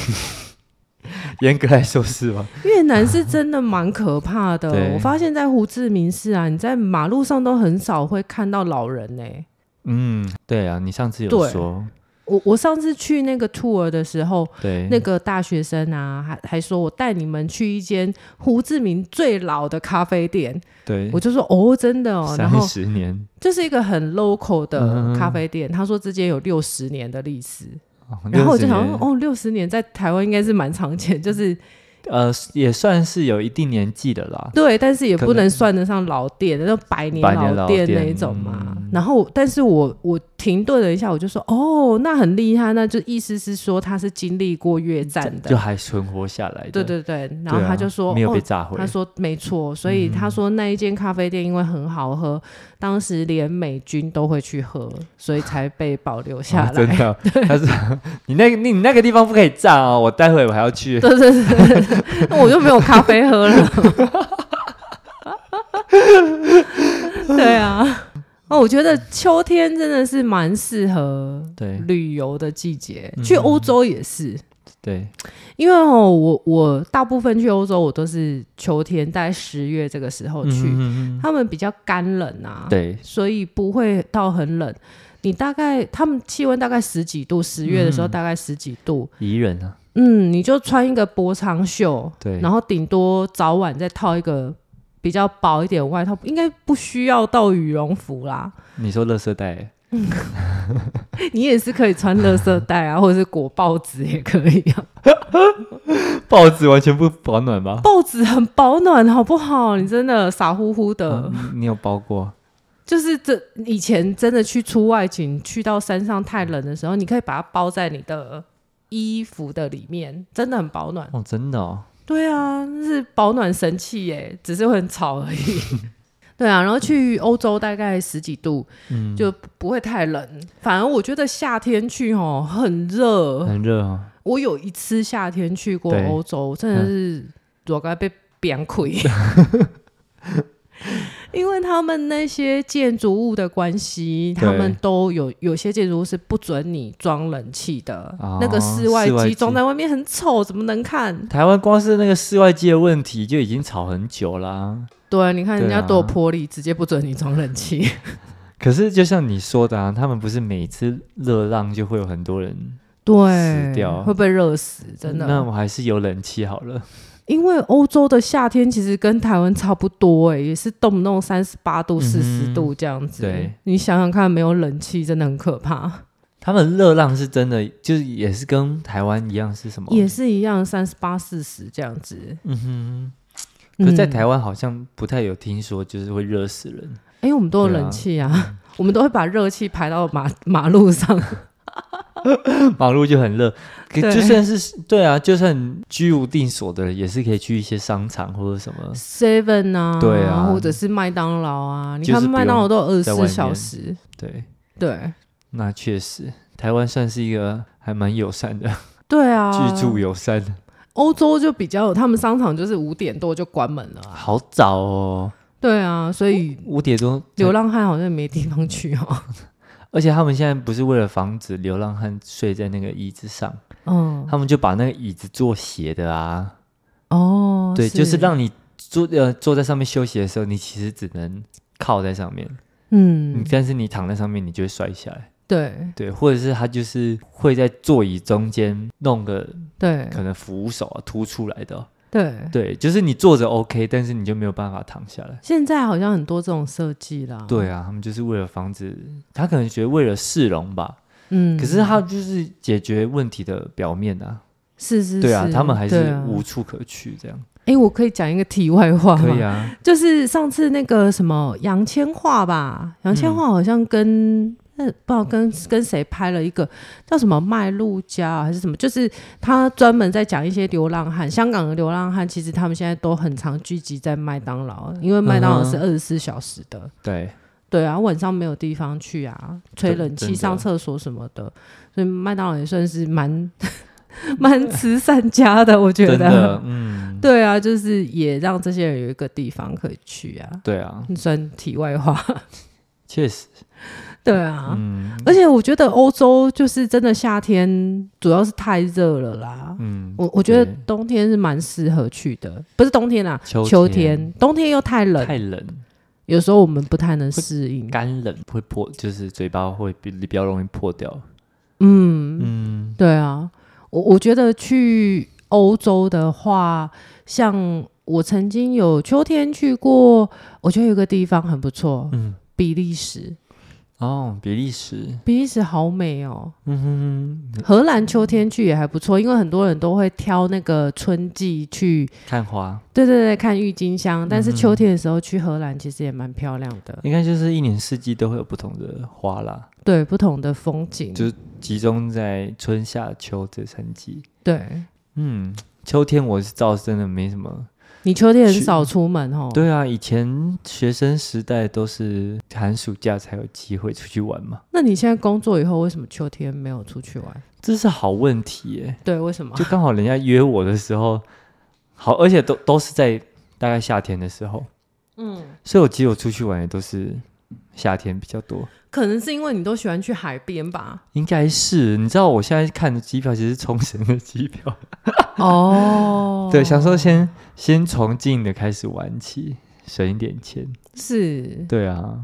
A: 严格来说是吧？，
B: 越南是真的蛮可怕
A: [laughs]
B: 的
A: 对
B: 我发现在胡志明市啊，你在马路上都很少会看到老人呢、
A: 嗯，对啊，你上次有
B: 对
A: 说，
B: 我我上次去那个 tour 的时候，
A: 对，
B: 那个大学生啊，还还说我带你们去一间胡志明最老的咖啡店，
A: 对
B: 我，就说哦，真的哦，
A: 三
B: 然后
A: 十年
B: 就是一个很 local
A: 嗯
B: 的咖啡店，他说之间有六十年的历史，
A: 哦
B: 然后我就
A: 60
B: 想
A: 年
B: 说哦，六十年在台湾应该是蛮常见， [laughs] 就是
A: 呃，也算是有一定年纪的啦，
B: 对，但是也
A: 可
B: 不
A: 能
B: 能算得上老店，那种百年
A: 百年老
B: 店
A: 店
B: 那一种嘛
A: 嗯。
B: 然后，但是我我停顿了一下，我就说哦，那很厉害，那就意思是说他是经历过越战的，
A: 就还存活下来的，
B: 对对对，然后
A: 对啊
B: 他就说、
A: 没有被
B: 哦，
A: 炸毁
B: 他，说没错，所以他说那一间咖啡店因为很好喝，当时连美军都会去喝，所以才被保留
A: 啊
B: 下来。
A: 真的
B: [laughs]
A: 哦，他说你那个你你那个地方不可以炸哦，我待会我还要去，
B: 对对对对，那我就没有咖啡喝了。对啊，哦，我觉得秋天真的是蛮适合
A: 对，
B: 旅游的季节，
A: 嗯
B: 去欧洲也是。
A: 对，
B: 因为哦，我我大部分去欧洲，我都是秋天，大概十月这个时候去，
A: 嗯嗯嗯
B: 他们比较干冷啊，，
A: 对，
B: 所以不会到很冷。你大概他们气温大概十几度，十月的时候
A: 嗯
B: 大概十几度，
A: 宜人啊，
B: 嗯，你就穿一个薄长袖，
A: 对，
B: 然后顶多早晚再套一个比较薄一点的外套，应该不需要到羽绒
A: [laughs]
B: 服啦。
A: 你说垃圾袋，
B: 你也是可以穿乐色带
A: [laughs]
B: 啊，或者是裹报纸也可以啊。
A: 报纸完全不保暖吧？
B: 报纸很保暖，好不好？你真的傻乎乎的，
A: 啊你你有包过？
B: 就是这以前真的去出外景，去到山上太冷的时候，你可以把它包在你的衣服的里面，真的很保暖。
A: 哦，真的哦，
B: 对啊，那是保暖神器耶，只是会很吵
A: [laughs]
B: 而已。对啊，然后去欧洲大概十几度，
A: 嗯，
B: 就不会太冷。反而我觉得夏天去哦很热，
A: 很热哦。
B: 我有一次夏天去过
A: 对
B: 欧洲，真的是我该被
A: [laughs]
B: 扁亏，因为他们那些建筑物的关系，
A: 对
B: 他们都有有些建筑物是不准你装冷气的，
A: 哦
B: 那个室外
A: 室外
B: 机
A: 机
B: 装在外面很丑，怎么能看？
A: 台湾光是那个室外机的问题就已经吵很久啦、
B: 对啊，你看人
A: 对啊
B: 家多有魄力，直接不准你装冷气。
A: 可是就像你说的啊，他们不是每次热浪就会有很多人，
B: 对，
A: 死掉
B: 会被热死，真
A: 那
B: 的。
A: 我还是有冷气好了。
B: 因为欧洲的夏天其实跟台湾差不多、欸，也是动不动三十八度、四
A: 嗯
B: 十
A: 哼
B: 度这样子。
A: 对，哦
B: 你想想看，没有冷气真的很可怕，
A: 他们热浪是真的，就是也是跟台湾一样是什么？
B: 也是一样，三十八、四十这样子。
A: 嗯哼。
B: 嗯
A: 可是在台湾好像不太有听说，就是会热死人。
B: 哎、我们都有冷气啊， [laughs] 我们都会把热气排到马马
A: [laughs]
B: 路上。
A: 马路就很热，可
B: 嗯对
A: 就算是对啊，就算居无定所的人，也是可以去一些商场或者什么。
B: Seven 啊，
A: 对啊
B: 或者是麦当劳啊，你
A: 就是
B: 看
A: 不用
B: 麦当劳都有二十
A: 在外
B: 四
A: 面
B: 小时。
A: 对，
B: 对
A: 那确实，台湾算是一个还蛮友善的，
B: 对啊，
A: 居住友善的。
B: 欧洲就比较，他们商场就是五点多就关门了、啊。
A: 好早哦，
B: 对啊，所以
A: 五点钟
B: 流浪汉好像也没地方去哦。
A: 而且他们现在不是为了防止流浪汉睡在那个椅子上，
B: 嗯，
A: 他们就把那个椅子做斜的啊，
B: 哦，
A: 对，就是让你坐呃坐在上面休息的时候，你其实只能靠在上面，你
B: 嗯，
A: 但是你躺在上面，你就会摔下来，
B: 对
A: 对，或者是他就是会在座椅中间弄个
B: 对
A: 可能扶手啊凸出来的哦、
B: 对，
A: 对，就是你坐着 OK，但是你就没有办法躺下来。
B: 现在好像很多这种设计啦。，
A: 对啊，他们就是为了防止，他可能觉得为了市容吧，
B: 嗯，
A: 可是他就是解决问题的表面啊，
B: 是是，
A: 对啊，他们还
B: 对
A: 是
B: 啊哦
A: 无处可去这样。
B: 诶，我可以讲一个题外话吗？
A: 可以啊，
B: 就是上次那个什么杨千嬅吧，
A: 嗯
B: 杨千嬅好像跟。那不知道跟跟谁拍了一个叫什么麦路家啊还是什么，就是他专门在讲一些流浪汉，香港的流浪汉，其实他们现在都很常聚集在麦当劳，因为麦当劳
A: 嗯哼
B: 是二十四小时的，
A: 对，
B: 对啊，晚上没有地方去啊，吹
A: 真
B: 冷气、
A: 真的
B: 上厕所什么的，所以麦当劳也算是蛮蛮慈善家的， [laughs] 我觉
A: 真的
B: 得。，
A: 嗯，
B: 对啊，就是也让这些人有一个地方可以去啊，
A: 对啊，
B: 算题外话。 [laughs]
A: 确实，
B: 对啊，
A: 嗯
B: 而且我觉得欧洲就是真的夏天主要是太热了啦。
A: 嗯，
B: 我我觉得
A: 对
B: 冬天是蛮适合去的，不是冬天啦，
A: 秋
B: 秋
A: 天
B: 天，冬天又太冷，
A: 太冷，
B: 有时候我们不太能适应。
A: 干冷会破，就是嘴巴会比比较容易破掉。
B: 嗯，
A: 嗯，
B: 对啊，我我觉得去欧洲的话，像我曾经有秋天去过，我觉得有个地方很不错，
A: 嗯，
B: 比利时，
A: 哦，比利时，
B: 比利时好美哦。
A: 嗯哼，
B: 荷兰秋天去也还不错，因为很多人都会挑那个春季去，
A: 看花
B: 对对对，看郁金香。但是
A: 嗯
B: 秋天的时候去荷兰其实也蛮漂亮的，
A: 应该就是一年四季都会有不同的花啦，
B: 对，不同的风景，
A: 就是集中在春夏秋这三季。
B: 对。
A: 嗯，秋天我是倒是真的没什么
B: 你秋天很
A: 去
B: 少出门哦，
A: 对啊，以前学生时代都是寒暑假才有机会出去玩嘛，
B: 那你现在工作以后为什么秋天没有出去玩？
A: 这是好问题耶。
B: 对，为什么？
A: 就刚好人家约我的时候，好， [laughs] 而且都都是在大概夏天的时候，
B: 嗯，
A: 所以我其实我出去玩也都是夏天比较多。
B: 可能是因为你都喜欢去海边吧？
A: 应该是，你知道我现在看的机票其实是冲绳的机票，
B: [laughs] 哦
A: 对，想说先先从近的开始玩起，省一点钱。
B: 是，
A: 对啊，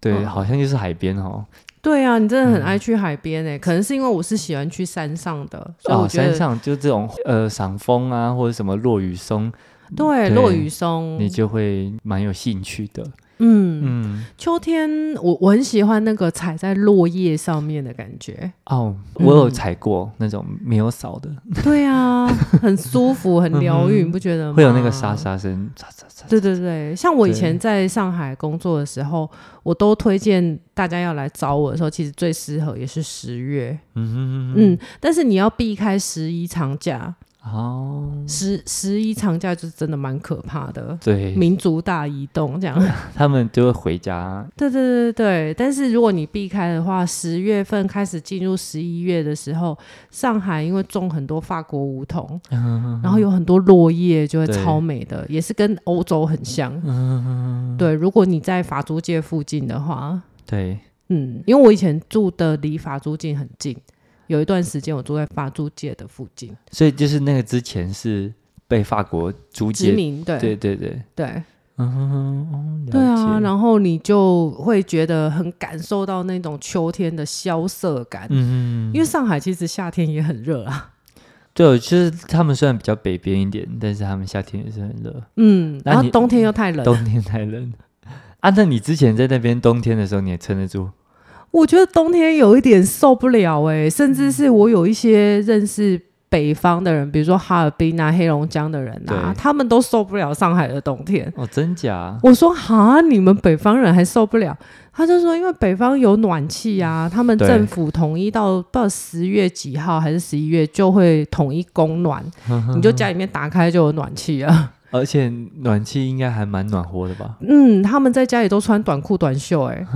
A: 对，
B: 嗯
A: 好像就是海边哦，
B: 对啊，你真的很爱去海边诶、欸可能是因为我是喜欢去山上的，所以
A: 哦，
B: 我觉得、
A: 山上就这种呃赏枫啊，或者什么落雨松，
B: 对
A: 对
B: 落雨松，
A: 你就会蛮有兴趣的。
B: 嗯，
A: 嗯，
B: 秋天我我很喜欢那个踩在落叶上面的感
A: [laughs]
B: 觉，
A: 哦，我有
B: 嗯
A: 踩过那种没有扫的，
B: 对啊，很舒服，很疗
A: 嗯
B: 愈，
A: 哼
B: 你不觉得吗？
A: 会有那个沙。沙声，沙沙沙。
B: 对对对，像我以
A: 对
B: 前在上海工作的时候，我都推荐大家要来找我的时候，其实最适合也是十月，
A: 嗯哼哼
B: 嗯，但是你要避开十一长假，
A: 哼，哦，
B: 十十一长假就是真的蛮可怕的，
A: 对，
B: 民族大移动
A: [laughs]
B: 这样。
A: 他们就会回家。
B: 对对对对，但是如果你避开的话，十月份开始进入十一月的时候，上海因为种很多法国梧桐，然后有很多落叶，就会
A: 嗯对嗯
B: 超美的，也是跟欧洲很像。对，如果你在法租界附近的话，
A: 对，
B: 嗯，因为我以前住的离法租界很近，有一段时间我住在法租界的附近，
A: 所以就是那个之前是被法国租
B: 殖
A: 界，
B: 民对
A: 对对对，
B: 对
A: 嗯哼哼，哦，了
B: 对啊，
A: 解
B: 然后你就会觉得很感受到那种秋天的萧瑟感。
A: 嗯
B: 因为上海其实夏天也很热啊，
A: 对，就是他们虽然比较北边一点，但是他们夏天也是很热，
B: 嗯，
A: 那
B: 然后
A: 你
B: 冬天又太冷，
A: 冬天太冷。 [laughs] 啊，那你之前在那边冬天的时候，你也撑得住？
B: 我觉得冬天有一点受不了
A: 嗯
B: 哎、甚至是我有一些认识北方的人，比如说哈尔滨啊、黑龙江的人啊，
A: 对
B: 他们都受不了上海的冬天。
A: 哦，真假？
B: 我说哈，你们北方人还受不了？他就说，因为北方有暖气啊，他们
A: 对
B: 政府统一到不知道十月几号还是十一月就会统一供暖，你就家里面打开就有暖气啊。
A: 而且暖气应该还蛮暖和的吧？
B: 嗯，他们在家里都穿短裤短袖、欸，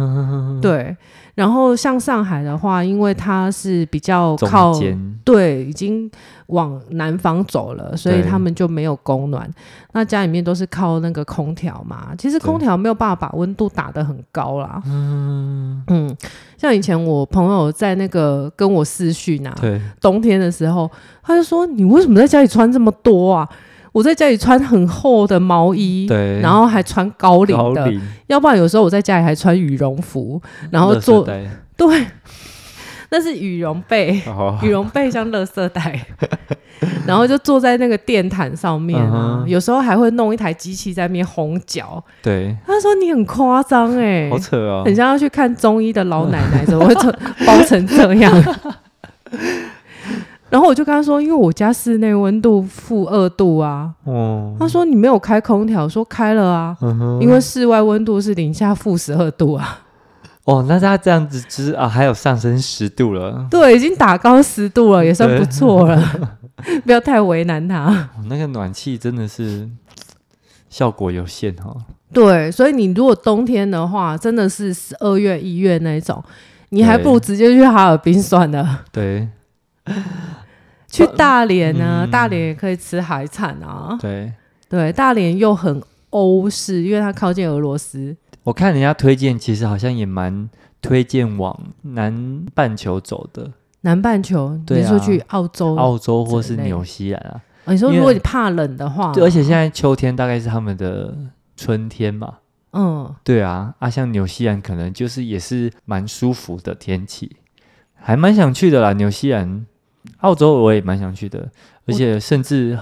B: 对。然后像上海的话，因为它是比较
A: 中
B: 靠
A: 间，
B: 对，已经往南方走了，所以
A: 对
B: 他们就没有供暖。那家里面都是靠那个空调嘛，其实空
A: 对
B: 调没有办法把温度打得很高啦。嗯像以前我朋友在那个跟我私讯啊，
A: 对，
B: 冬天的时候，他就说：“你为什么在家里穿这么多啊？”我在家里穿很厚的毛衣，
A: 对
B: 然后还穿高领
A: 高
B: 的，
A: 领，
B: 要不然有时候我在家里还穿羽绒服，然后
A: 垃圾
B: 做
A: 袋
B: 对，那是羽绒被，
A: 哦，
B: 羽绒被像垃圾袋， [laughs] 然后就坐在那个电毯上面啊
A: 嗯哼
B: 有时候还会弄一台机器在那边烘脚。
A: 对，
B: 他说你很夸张哎、
A: 好扯哦
B: 很，像要去看中医的老奶奶，怎么
A: [laughs]
B: 会成包成这样？ [laughs] 然后我就跟他说，因为我家室内温度负二度啊。
A: 哦，
B: 他说你没有开空调，我说开了啊，
A: 嗯哼
B: 因为室外温度是零下负十二度啊，
A: 哦，那他这样子吃啊，还有上升十度了，
B: 对，已经打高十度了，也算不错了，不要太为难他。
A: 哦那个暖气真的是效果有限哦。
B: 对，所以你如果冬天的话，真的是十二月、一月那一种，你还
A: 对
B: 不如直接去哈尔滨算了，
A: 对
B: 去大连啊，
A: 嗯
B: 大连也可以吃海产啊。
A: 对，
B: 对，大连又很欧式，因为它靠近俄罗斯。
A: 我看人家推荐，其实好像也蛮推荐往南半球走的，
B: 南半球，
A: 对
B: 你
A: 啊
B: 说去澳洲，
A: 澳洲或是
B: 哦之类
A: 纽西兰啊。
B: 哦你说
A: 因为
B: 如果你怕冷的话，
A: 对，而且现在秋天大概是他们的春天嘛。
B: 嗯，
A: 对啊，啊，像纽西兰可能就是也是蛮舒服的天气，还蛮想去的啦。纽西兰、澳洲我也蛮想去的，而
B: 我
A: 且甚至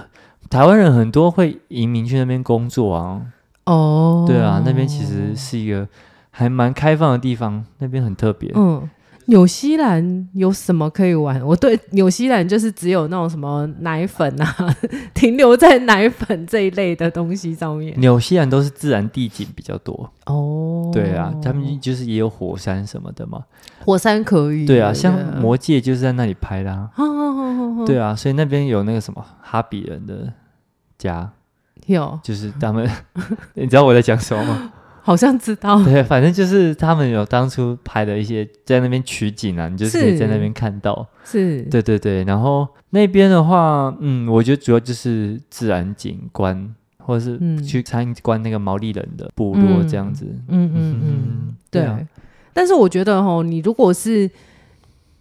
A: 台湾人很多会移民去那边工作啊。
B: 哦，
A: 对啊，那边其实是一个还蛮开放的地方，那边很特别。
B: 嗯。纽西兰有什么可以玩？我对纽西兰就是只有那种什么奶粉啊， [laughs] 停留在奶粉这一类的东西上面。
A: 纽西兰都是自然地景比较多，
B: 哦，
A: 对啊，他们就是也有火山什么的嘛，
B: 火山可以，
A: 对啊，像《魔戒》就是在那里拍的、啊，
B: 啊啊啊
A: 对啊，所以那边有那个什么哈比人的家，
B: 有，
A: 就是他
B: [laughs]
A: 们，你知道我在讲什么吗？ [laughs]
B: 好像知道，
A: 对，反正就是他们有当初拍的一些在那边取景啊，你就是可以
B: 是
A: 在那边看到，
B: 是，
A: 对对对，然后那边的话，嗯，我觉得主要就是自然景观，或者
B: 嗯
A: 是去参观那个毛利人的部落
B: 嗯
A: 这样子。
B: 嗯
A: 嗯
B: 嗯
A: 嗯
B: 嗯
A: 嗯，对啊
B: 但是我觉得吼，你如果是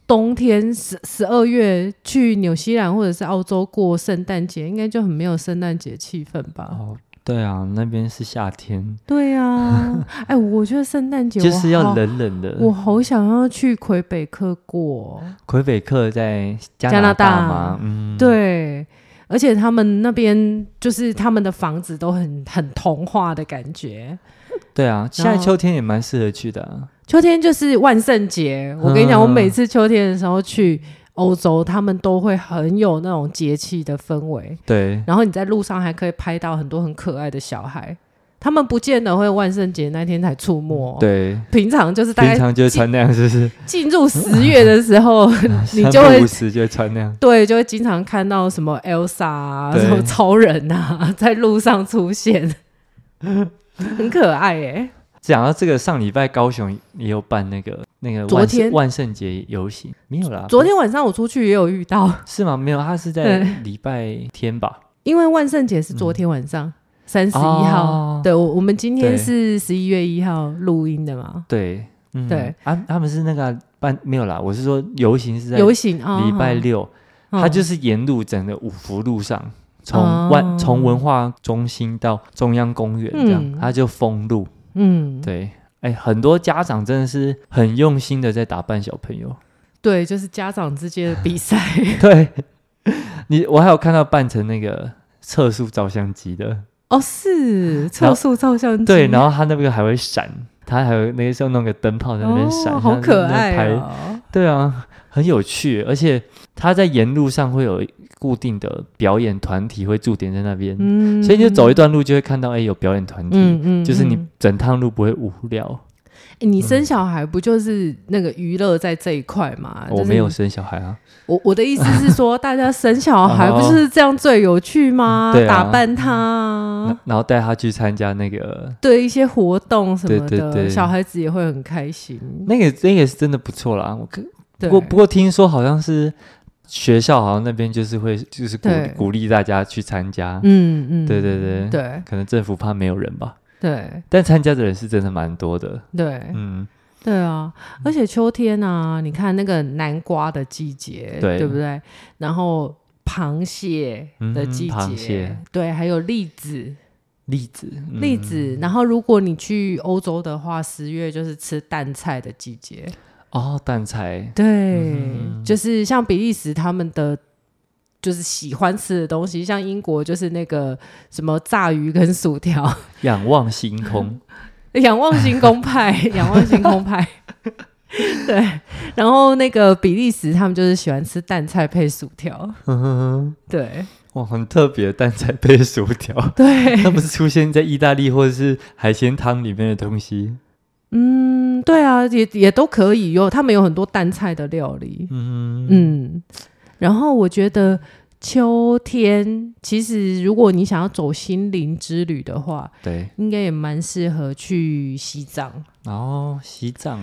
B: 冬天十十二月去纽西兰或者是澳洲过圣诞节，应该就很没有圣诞节气氛吧？
A: 哦，对啊，那边是夏天，[laughs]
B: 对啊，哎，我觉得圣诞节
A: 就是
B: 我好
A: 要冷冷的。
B: 我好想要去魁北克过哦，
A: 魁北克在加
B: 加拿
A: 拿
B: 大
A: 吗？嗯，
B: 对，而且他们那边就是他们的房子都很很童话的感觉。
A: 对啊，现
B: 然
A: 在
B: 后
A: 秋天也蛮适合去的啊、
B: 秋天就是万圣节，我跟你讲，
A: 嗯
B: 我每次秋天的时候去欧洲，他们都会很有那种节气的氛围，
A: 对，
B: 然后你在路上还可以拍到很多很可爱的小孩。他们不见得会万圣节那天才出没、，
A: 对，
B: 平常就是哦大
A: 平
B: 概
A: 常就会穿那样，是不是？
B: 进入十月的时候，你就
A: 三
B: 会
A: 不五时就会穿那样。
B: 对，就会经常看到什么 Elsa 啊、
A: 对
B: 什么超人啊， [laughs] 在路上出现， [laughs] 很可爱哎、
A: 讲到这个，上礼拜高雄也有办那个那个
B: 昨
A: 万圣
B: 天
A: 万圣节游行，没有啦，
B: 昨天晚上我出去也有遇到，
A: 是吗？没有，他是在
B: 对
A: 礼拜天吧？
B: 因为万圣节是昨天晚上三十一号，
A: 哦
B: 对我我们今天
A: 对
B: 是十一月一号录音的嘛，
A: 对，嗯，
B: 对，
A: 啊，他们是那个啊办没有啦，我是说游行是在
B: 游行啊，
A: 礼拜六，
B: 哦，
A: 它就是沿路整个五福路上，从万从文化中心到中央公园这样
B: 嗯，
A: 它就封路。
B: 嗯，
A: 对，哎，很多家长真的是很用心的在打扮小朋友。 [laughs]
B: 对，就是家长之间的比赛，
A: 对，你我还有看到扮成那个测速照相机的，
B: 哦，是测速照相机，
A: 对，然后他那个还会闪，他还有那个时候弄个灯泡在那边闪，
B: 哦，好
A: 像
B: 可
A: 在那
B: 爱
A: 拍
B: 哦，
A: 对啊，很有趣，而且他在沿路上会有固定的表演团体会驻点在那边，
B: 嗯
A: 所以你就走一段路就会看到，哎、有表演团体，
B: 嗯嗯，
A: 就是
B: 嗯
A: 你整趟路不会无聊。
B: 欸你
A: 嗯
B: 生小孩不就是那个娱乐在这一块嘛？
A: 我
B: 就是
A: 哦没有生小孩啊，
B: 我我的意思是说，大家生小孩不就是这样最有趣吗？
A: 哦对啊嗯
B: 打扮他啊，
A: 那然后带他去参加那个
B: 对一些活动什么的，
A: 对对对
B: 小孩子也会很开心。
A: 那个那个是真的不错啦。我看
B: 对，
A: 不过不过听说好像是学校好像那边就是会就是鼓
B: 对
A: 鼓励大家去参加，
B: 嗯嗯，
A: 对对对
B: 对
A: 可能政府怕没有人吧，
B: 对
A: 但参加的人是真的蛮多的。
B: 对
A: 嗯，
B: 对啊！而且秋天啊，你看那个南瓜的季节，
A: 对
B: 不对？然后螃蟹的
A: 嗯
B: 季节，
A: 螃蟹
B: 对，还有栗子，
A: 栗子，嗯
B: 栗子，然后如果你去欧洲的话，十月就是吃淡菜的季节。
A: 哦，蛋菜，
B: 对，
A: 嗯
B: 就是像比利时他们的就是喜欢吃的东西，像英国就是那个什么炸鱼跟薯 [laughs] 条，
A: 仰望星空，
B: 仰望星空派， [laughs] 仰望星空 [laughs] 派。对，然后那个比利时他们就是喜欢吃淡菜配薯条。嗯对，
A: [laughs] 哇，很特别，蛋菜配薯条
B: [laughs] 对，
A: 它不是出现在意大利或者是海鲜汤里面的东西。
B: 嗯，对啊，也也都可以有，他们有很多淡菜的料理。
A: 嗯
B: 嗯，然后我觉得秋天，其实如果你想要走心灵之旅的话，
A: 对，
B: 应该也蛮适合去西藏。
A: 然后西藏，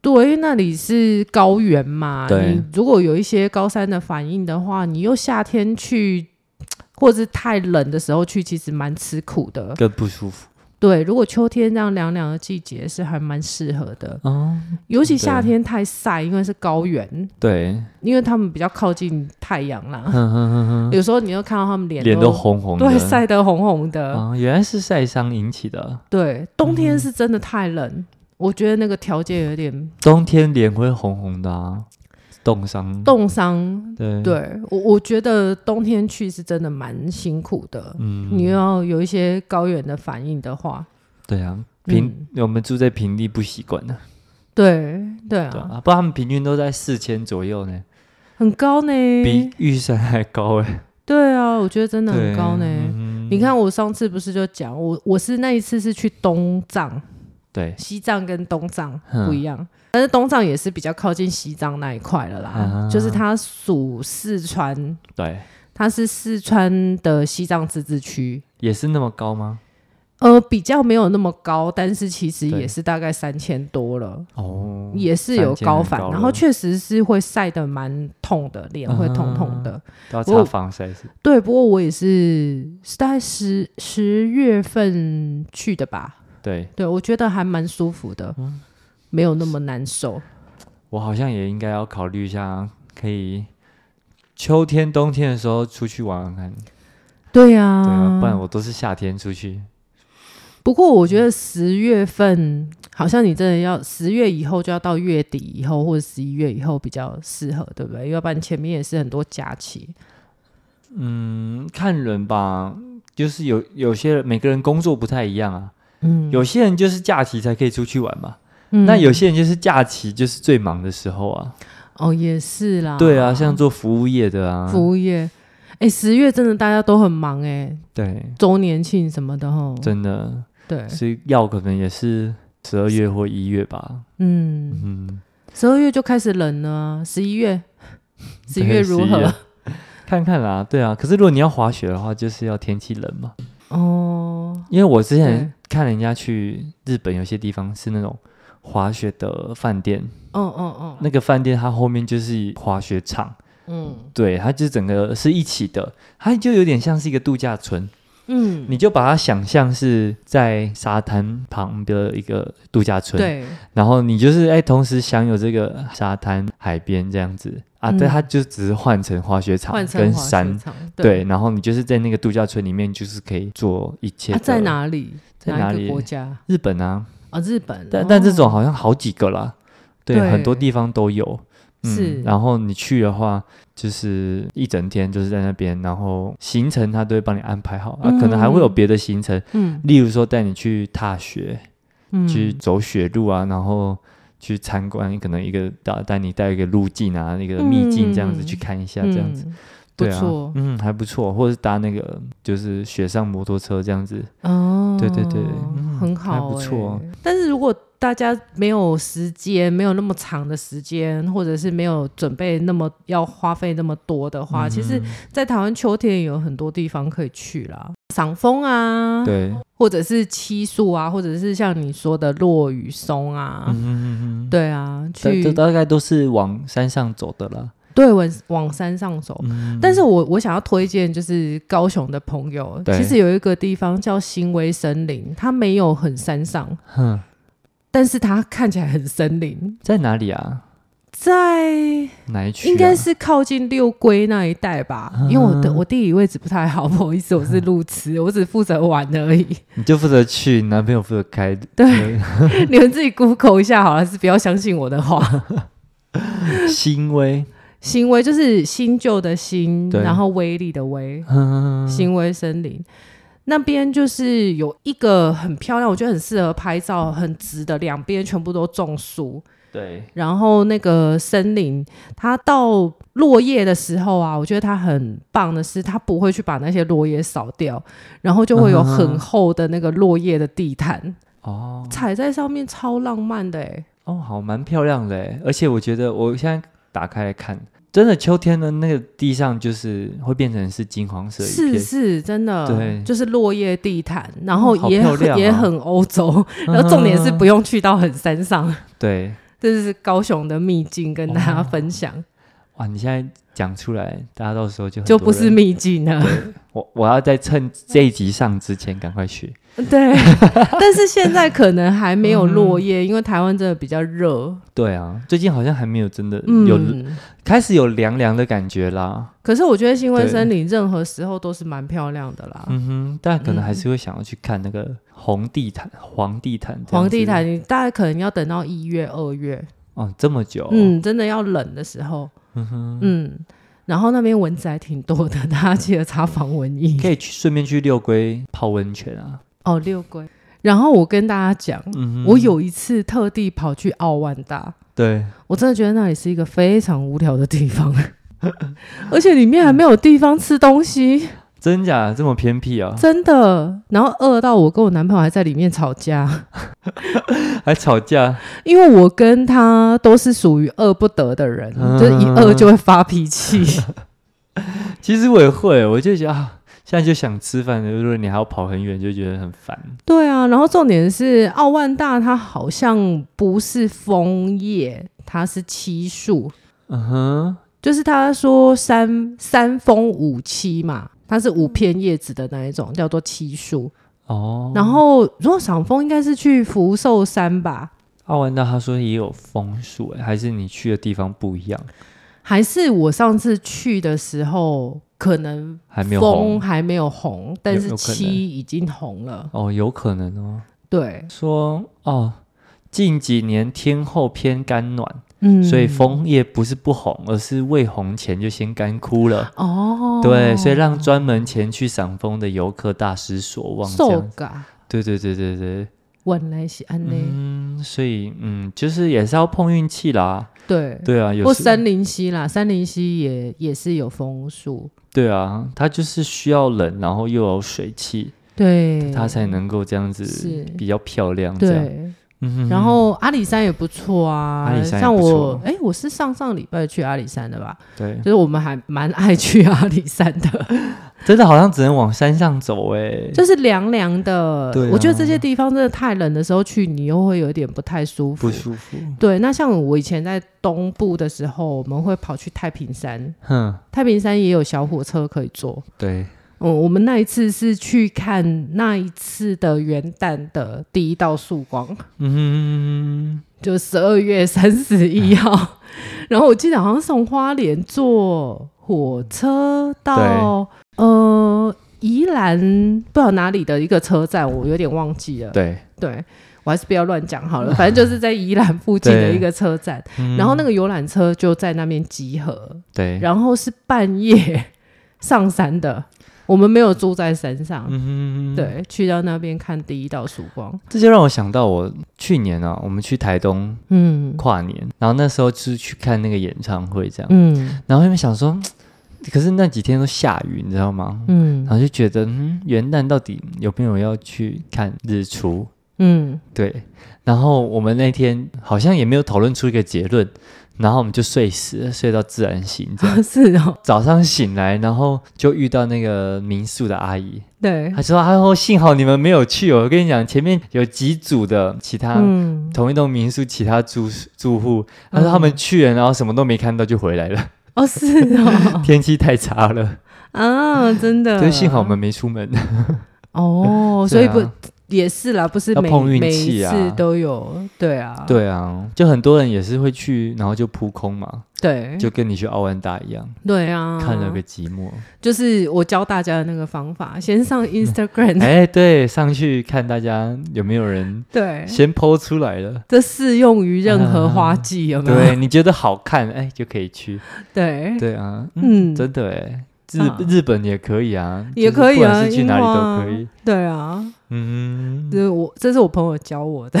B: 对，因为那里是高原嘛，
A: 对
B: 你如果有一些高山的反应的话，你又夏天去，或者是太冷的时候去，其实蛮吃苦的。
A: 更不舒服
B: 对，如果秋天这样凉凉的季节是还蛮适合的，
A: 哦，
B: 尤其夏
A: 对
B: 天太晒，因为是高原，
A: 对， [laughs]
B: 因为他们比较靠近太阳啦。
A: 哼哼哼
B: 有时候你又看到他们
A: 哼
B: 脸
A: 脸都红红的，
B: 对，晒得红红的。
A: 啊、嗯原来是晒伤引起的。
B: 对，冬天是真的太冷，我觉得那个条件有点
A: 冬天脸会红红的啊，冻伤。
B: 冻伤。
A: 对，
B: 对我，我觉得冬天去是真的蛮辛苦的。
A: 嗯，
B: 你要有一些高原的反应的话，
A: 对啊，
B: 嗯
A: 平、我们住在平地不习惯的，
B: 对对啊，
A: 对啊，不然他们平均都在四千左右呢，
B: 很高呢。
A: 比玉山还高哎，
B: 对啊，我觉得真的
A: 对
B: 很高呢。
A: 嗯
B: 你看，我上次不是就讲我，我是那一次是去东藏，
A: 对，
B: 西藏跟东藏
A: 嗯
B: 不一样，但是东藏也是比较靠近西藏那一块了啦，
A: 啊
B: 就是它属四川，
A: 对，
B: 它是四川的西藏自治区，
A: 也是那么高吗？
B: 呃，比较没有那么高，但是其实
A: 对
B: 也是大概三千多了。
A: 哦，
B: 也是有高反，
A: 3000很高了啊
B: 然后确实是会晒得蛮痛的，脸会痛痛的。
A: 都要擦防晒是
B: 对，不过我也是是大概十十月份去的吧，
A: 对，嗯
B: 对我觉得还蛮舒服的。没有那么难受。
A: 我好像也应该要考虑一下，可以秋天、冬天的时候出去玩玩看。
B: 对呀、
A: 对啊，不然我都是夏天出去。
B: 不过我觉得十月份好像你真的要十月以后就要到月底以后或者十一月以后比较适合，对不对？要不然前面也是很多假期。
A: 嗯，看人吧，就是有有些人每个人工作不太一样啊，
B: 嗯，
A: 有些人就是假期才可以出去玩嘛，
B: 嗯
A: 那有些人就是假期就是最忙的时候啊。
B: 哦也是啦，
A: 对啊，像做服务业的啊，
B: 服务业，哎，十月真的大家都很忙哎、
A: 对，
B: 周年庆什么的吼，
A: 真的，
B: 对，
A: 所以药可能也是十二月或一月吧。
B: 嗯，
A: 嗯，
B: 十二月就开始冷了啊，十一月，十
A: [laughs]
B: 一
A: 对
B: 月如
A: 11
B: 何
A: 月？看看啦，对啊。可是如果你要滑雪的话，就是要天气冷嘛。
B: 哦，
A: 因为我之
B: 对
A: 前看人家去日本，有些地方是那种滑雪的饭店，
B: 嗯嗯
A: 那个饭店它后面就是滑雪场，
B: 嗯
A: 对，它就整个是一起的，它就有点像是一个度假村，
B: 嗯嗯，
A: 你就把它想象是在沙滩旁的一个度假村，，
B: 对，
A: 然后你就是哎，同时享有这个沙滩、海边这样子啊，
B: 嗯
A: 对，它就只是换成滑雪场
B: 换
A: 跟
B: 成滑雪
A: 山。
B: 场，
A: 对，然后你就是在那个度假村里面，就是可以做一切、
B: 啊，在？哪里？
A: 在哪
B: 一
A: 里
B: 个国家？
A: 日本啊，
B: 啊，日本。
A: 但
B: 哦
A: 但这种好像好几个啦，对，
B: 对
A: 很多地方都有。嗯、
B: 是
A: 然后你去的话，就是一整天就是在那边，然后行程他都会帮你安排好，啊，可能还会有
B: 嗯
A: 别的行程，
B: 嗯
A: 例如说带你去踏雪，
B: 嗯
A: 去走雪路啊，然后去参观，可能一个带带你带一个路径啊，那个秘境这样子
B: 嗯
A: 去看一下，这样子，
B: 嗯不
A: 对啊
B: 错，
A: 嗯，还不错，或者是搭那个就是雪上摩托车这样子，
B: 哦，
A: 嗯对对对嗯
B: 很
A: 还
B: 好，欸
A: 不错。哦
B: 但是如果大家没有时间，没有那么长的时间，或者是没有准备那么要花费那么多的话，其
A: 嗯
B: 实，在台湾秋天也有很多地方可以去啦，赏枫啊，
A: 对，
B: 或者是七树啊，或者是像你说的落雨松
A: 嗯
B: 啊，
A: 嗯嗯嗯，
B: 对啊，
A: 这这
B: 去
A: 大概都是往山上走的啦。
B: 对往往山上走，
A: 嗯
B: 哦但是我我想要推荐就是高雄的朋友，
A: 对
B: 其实有一个地方叫新威森林，它没有很山上，
A: 哼，
B: 但是它看起来很森林，
A: 在哪里啊？
B: 在
A: 哪一区、啊？
B: 应该是靠近六龟那一带吧，
A: 嗯
B: 因为我的我地理位置不太好，不 [laughs] 好意思，我是路痴，我只负责玩而已， [laughs]
A: 你就负责去，你男朋友负责开。
B: 对，你们自己 Google 一下好了，是不要相信我的话。
A: [laughs]
B: [laughs]
A: 新威，
B: 新威就是新旧的新，
A: 对
B: 然后威力的威，
A: 嗯，
B: 新威森林。那边就是有一个很漂亮，我觉得很适合拍照，很直的，两边全部都种树。
A: 对，
B: 然后那个森林，它到落叶的时候啊，我觉得它很棒的是，它不会去把那些落叶扫掉，然后就会有很厚的那个落叶的地毯，
A: 哦
B: 踩在上面超浪漫的、欸。
A: 哦，好，蛮漂亮的诶。而且我觉得我现在打开来看，真的秋天的那个地上就是会变成是金黄色一
B: 是
A: 片，
B: 是，真的
A: 对，
B: 就是落叶地毯，然后
A: 哦好
B: 也
A: 漂
B: 很、
A: 亮哦嗯
B: 也很欧洲，然后重点是不用去到很山上。
A: 对。
B: 这是高雄的秘境，跟大家分享，
A: 哦哇，你现在讲出来，大家到时候就很
B: 就
A: 多
B: 不是
A: 人
B: 秘境了。
A: 我，我要在趁这一集上之前赶快去。
B: 对，但是现在可能还没有落叶，
A: 嗯
B: 因为台湾真的比较热。
A: 对啊，最近好像还没有真的有、
B: 嗯，
A: 开始有凉凉的感觉啦。
B: 可是我觉得新温森林任何时候都是蛮漂亮的啦。
A: 嗯哼，但可能还
B: 嗯
A: 是会想要去看那个红地毯、黄地毯、
B: 黄地毯，你大概可能要等到一月、二月，
A: 哦，这么久，
B: 嗯，真的要冷的时候，
A: 嗯哼，
B: 嗯，然后那边蚊子还挺多的，大家记得擦防蚊液。
A: 可以去顺便去六龟泡温泉啊。
B: 哦，六龟。然后我跟大家讲，
A: 嗯哼，
B: 我有一次特地跑去奥万大，
A: 对，
B: 我真的觉得那里是一个非常无聊的地方，而且里面还没有地方吃东西，
A: 真假这么偏僻啊，
B: 真的。然后饿到我跟我男朋友还在里面吵架，
A: 还吵架，
B: 因为我跟他都是属于饿不得的人，
A: 嗯
B: 就是一饿就会发脾气。
A: 其实我也会，我就觉得啊，现在就想吃饭，如果你还要跑很远，就觉得很烦。
B: 对啊，然后重点是奥万大它好像不是枫叶，它是漆树，
A: 嗯哼，
B: 就是他说三三枫五漆嘛，它是五片叶子的那一种，叫做漆树。
A: 哦，
B: 然后，如果赏枫应该是去福寿山吧？
A: 阿万达他说也有风速、欸，还是你去的地方不一样，
B: 还是我上次去的时候，可能
A: 还没有
B: 风
A: 红
B: 还没有红，但是
A: 有可能
B: 七已经红了。
A: 哦，有可能哦。
B: 对，
A: 说哦，近几年天候偏干暖，
B: 嗯，
A: 所以枫叶不是不红，而是未红前就先干枯了。
B: 哦，
A: 对，所以让专门前去赏枫的游客大失所望，这
B: 受
A: 样。
B: 噶
A: 对对对对对，
B: 哦原来是安内，
A: 嗯，所以嗯，就是也是要碰运气啦。
B: 对，
A: 对啊，有
B: 或
A: 时
B: 三林溪啦，三林溪也也是有枫树，
A: 对啊，它就是需要冷，然后又有水汽，
B: 对，
A: 它才能够这样
B: 是
A: 子比较漂亮。这样，
B: 对。
A: 嗯哼
B: 然后阿里山也不错啊，
A: 阿里山也
B: 像
A: 不
B: 我
A: 错
B: 哎，我是上上礼拜去阿里山的吧，
A: 对
B: 就，是我们还蛮爱去阿里山的。
A: 真的好像只能往山上走哎、
B: 就是凉凉的。
A: 对啊
B: 我觉得这些地方真的太冷的时候去，你又会有点不太舒服。
A: 不舒服。
B: 对，那像我以前在东部的时候，我们会跑去太平山，
A: 哼，
B: 太平山也有小火车可以坐。
A: 对，
B: 嗯，我们那一次是去看那一次的元旦的第一道曙光，
A: 嗯，
B: 就十二月三十一
A: [laughs]
B: 号。然后我记得好像是从花莲坐火车到呃宜兰，不知道哪里的一个车站，我有点忘记了。
A: 对，
B: 对我还是不要乱讲好了， [laughs] 反正就是在宜兰附近的一个车站，然后那个游览车就在那边集合，
A: 嗯对，
B: 然后是半夜上山的，我们没有住在山上，
A: 嗯，
B: 对，去到那边看第一道曙光，
A: 这就让我想到我去年啊，我们去台东
B: 嗯
A: 跨年，然后那时候就是去看那个演唱会这样，
B: 嗯
A: 然后因为想说，嗯可是那几天都下雨，你知道吗？然
B: 嗯
A: 后就觉得，嗯，元旦到底有没有要去看日出？
B: 嗯，
A: 对，然后我们那天好像也没有讨论出一个结论，然后我们就睡死了，睡到自然醒这样。
B: [laughs] 是哦，
A: 早上醒来，然后就遇到那个民宿的阿姨，
B: 对，
A: 她说：“哎呦，幸好你们没有去哦，我跟你讲，前面有几组的其他、
B: 嗯，
A: 同一栋民宿其他住住户，她说
B: 嗯
A: 他们去了，然后什么都没看到就回来了，
B: 哦是
A: [laughs]
B: 哦，
A: 天气太差了，
B: 啊，嗯真的，
A: 就幸好我们没出门。
B: 哦，所
A: 对
B: 以
A: 啊
B: 不。也是啦，不是
A: 要
B: 每
A: 碰运
B: 每一
A: 气啊
B: 次都有，对啊，
A: 对啊，就很多人也是会去，然后就扑空嘛，
B: 对，
A: 就跟你去奥万达一样，
B: 对啊，
A: 看了个寂
B: [laughs]
A: 寞。
B: 就是我教大家的那个方法，
A: [laughs]
B: 先上 Instagram，、
A: 哎，对，上去看大家有没有人
B: 对，
A: 先剖出来了。”
B: 这适用于任何花季，有没有？
A: 对，你觉得好看，哎，就可以去。
B: 对，
A: 对啊，嗯，
B: 嗯，
A: 真的哎，日、
B: 啊
A: 日本也可以啊，
B: 也
A: 就是
B: 可以
A: 不
B: 啊，
A: 管是去
B: 樱
A: 哪里
B: 花啊
A: 都可以。。
B: 对啊，
A: 嗯
B: 这，是我这是我朋友教
A: [laughs]
B: 我的，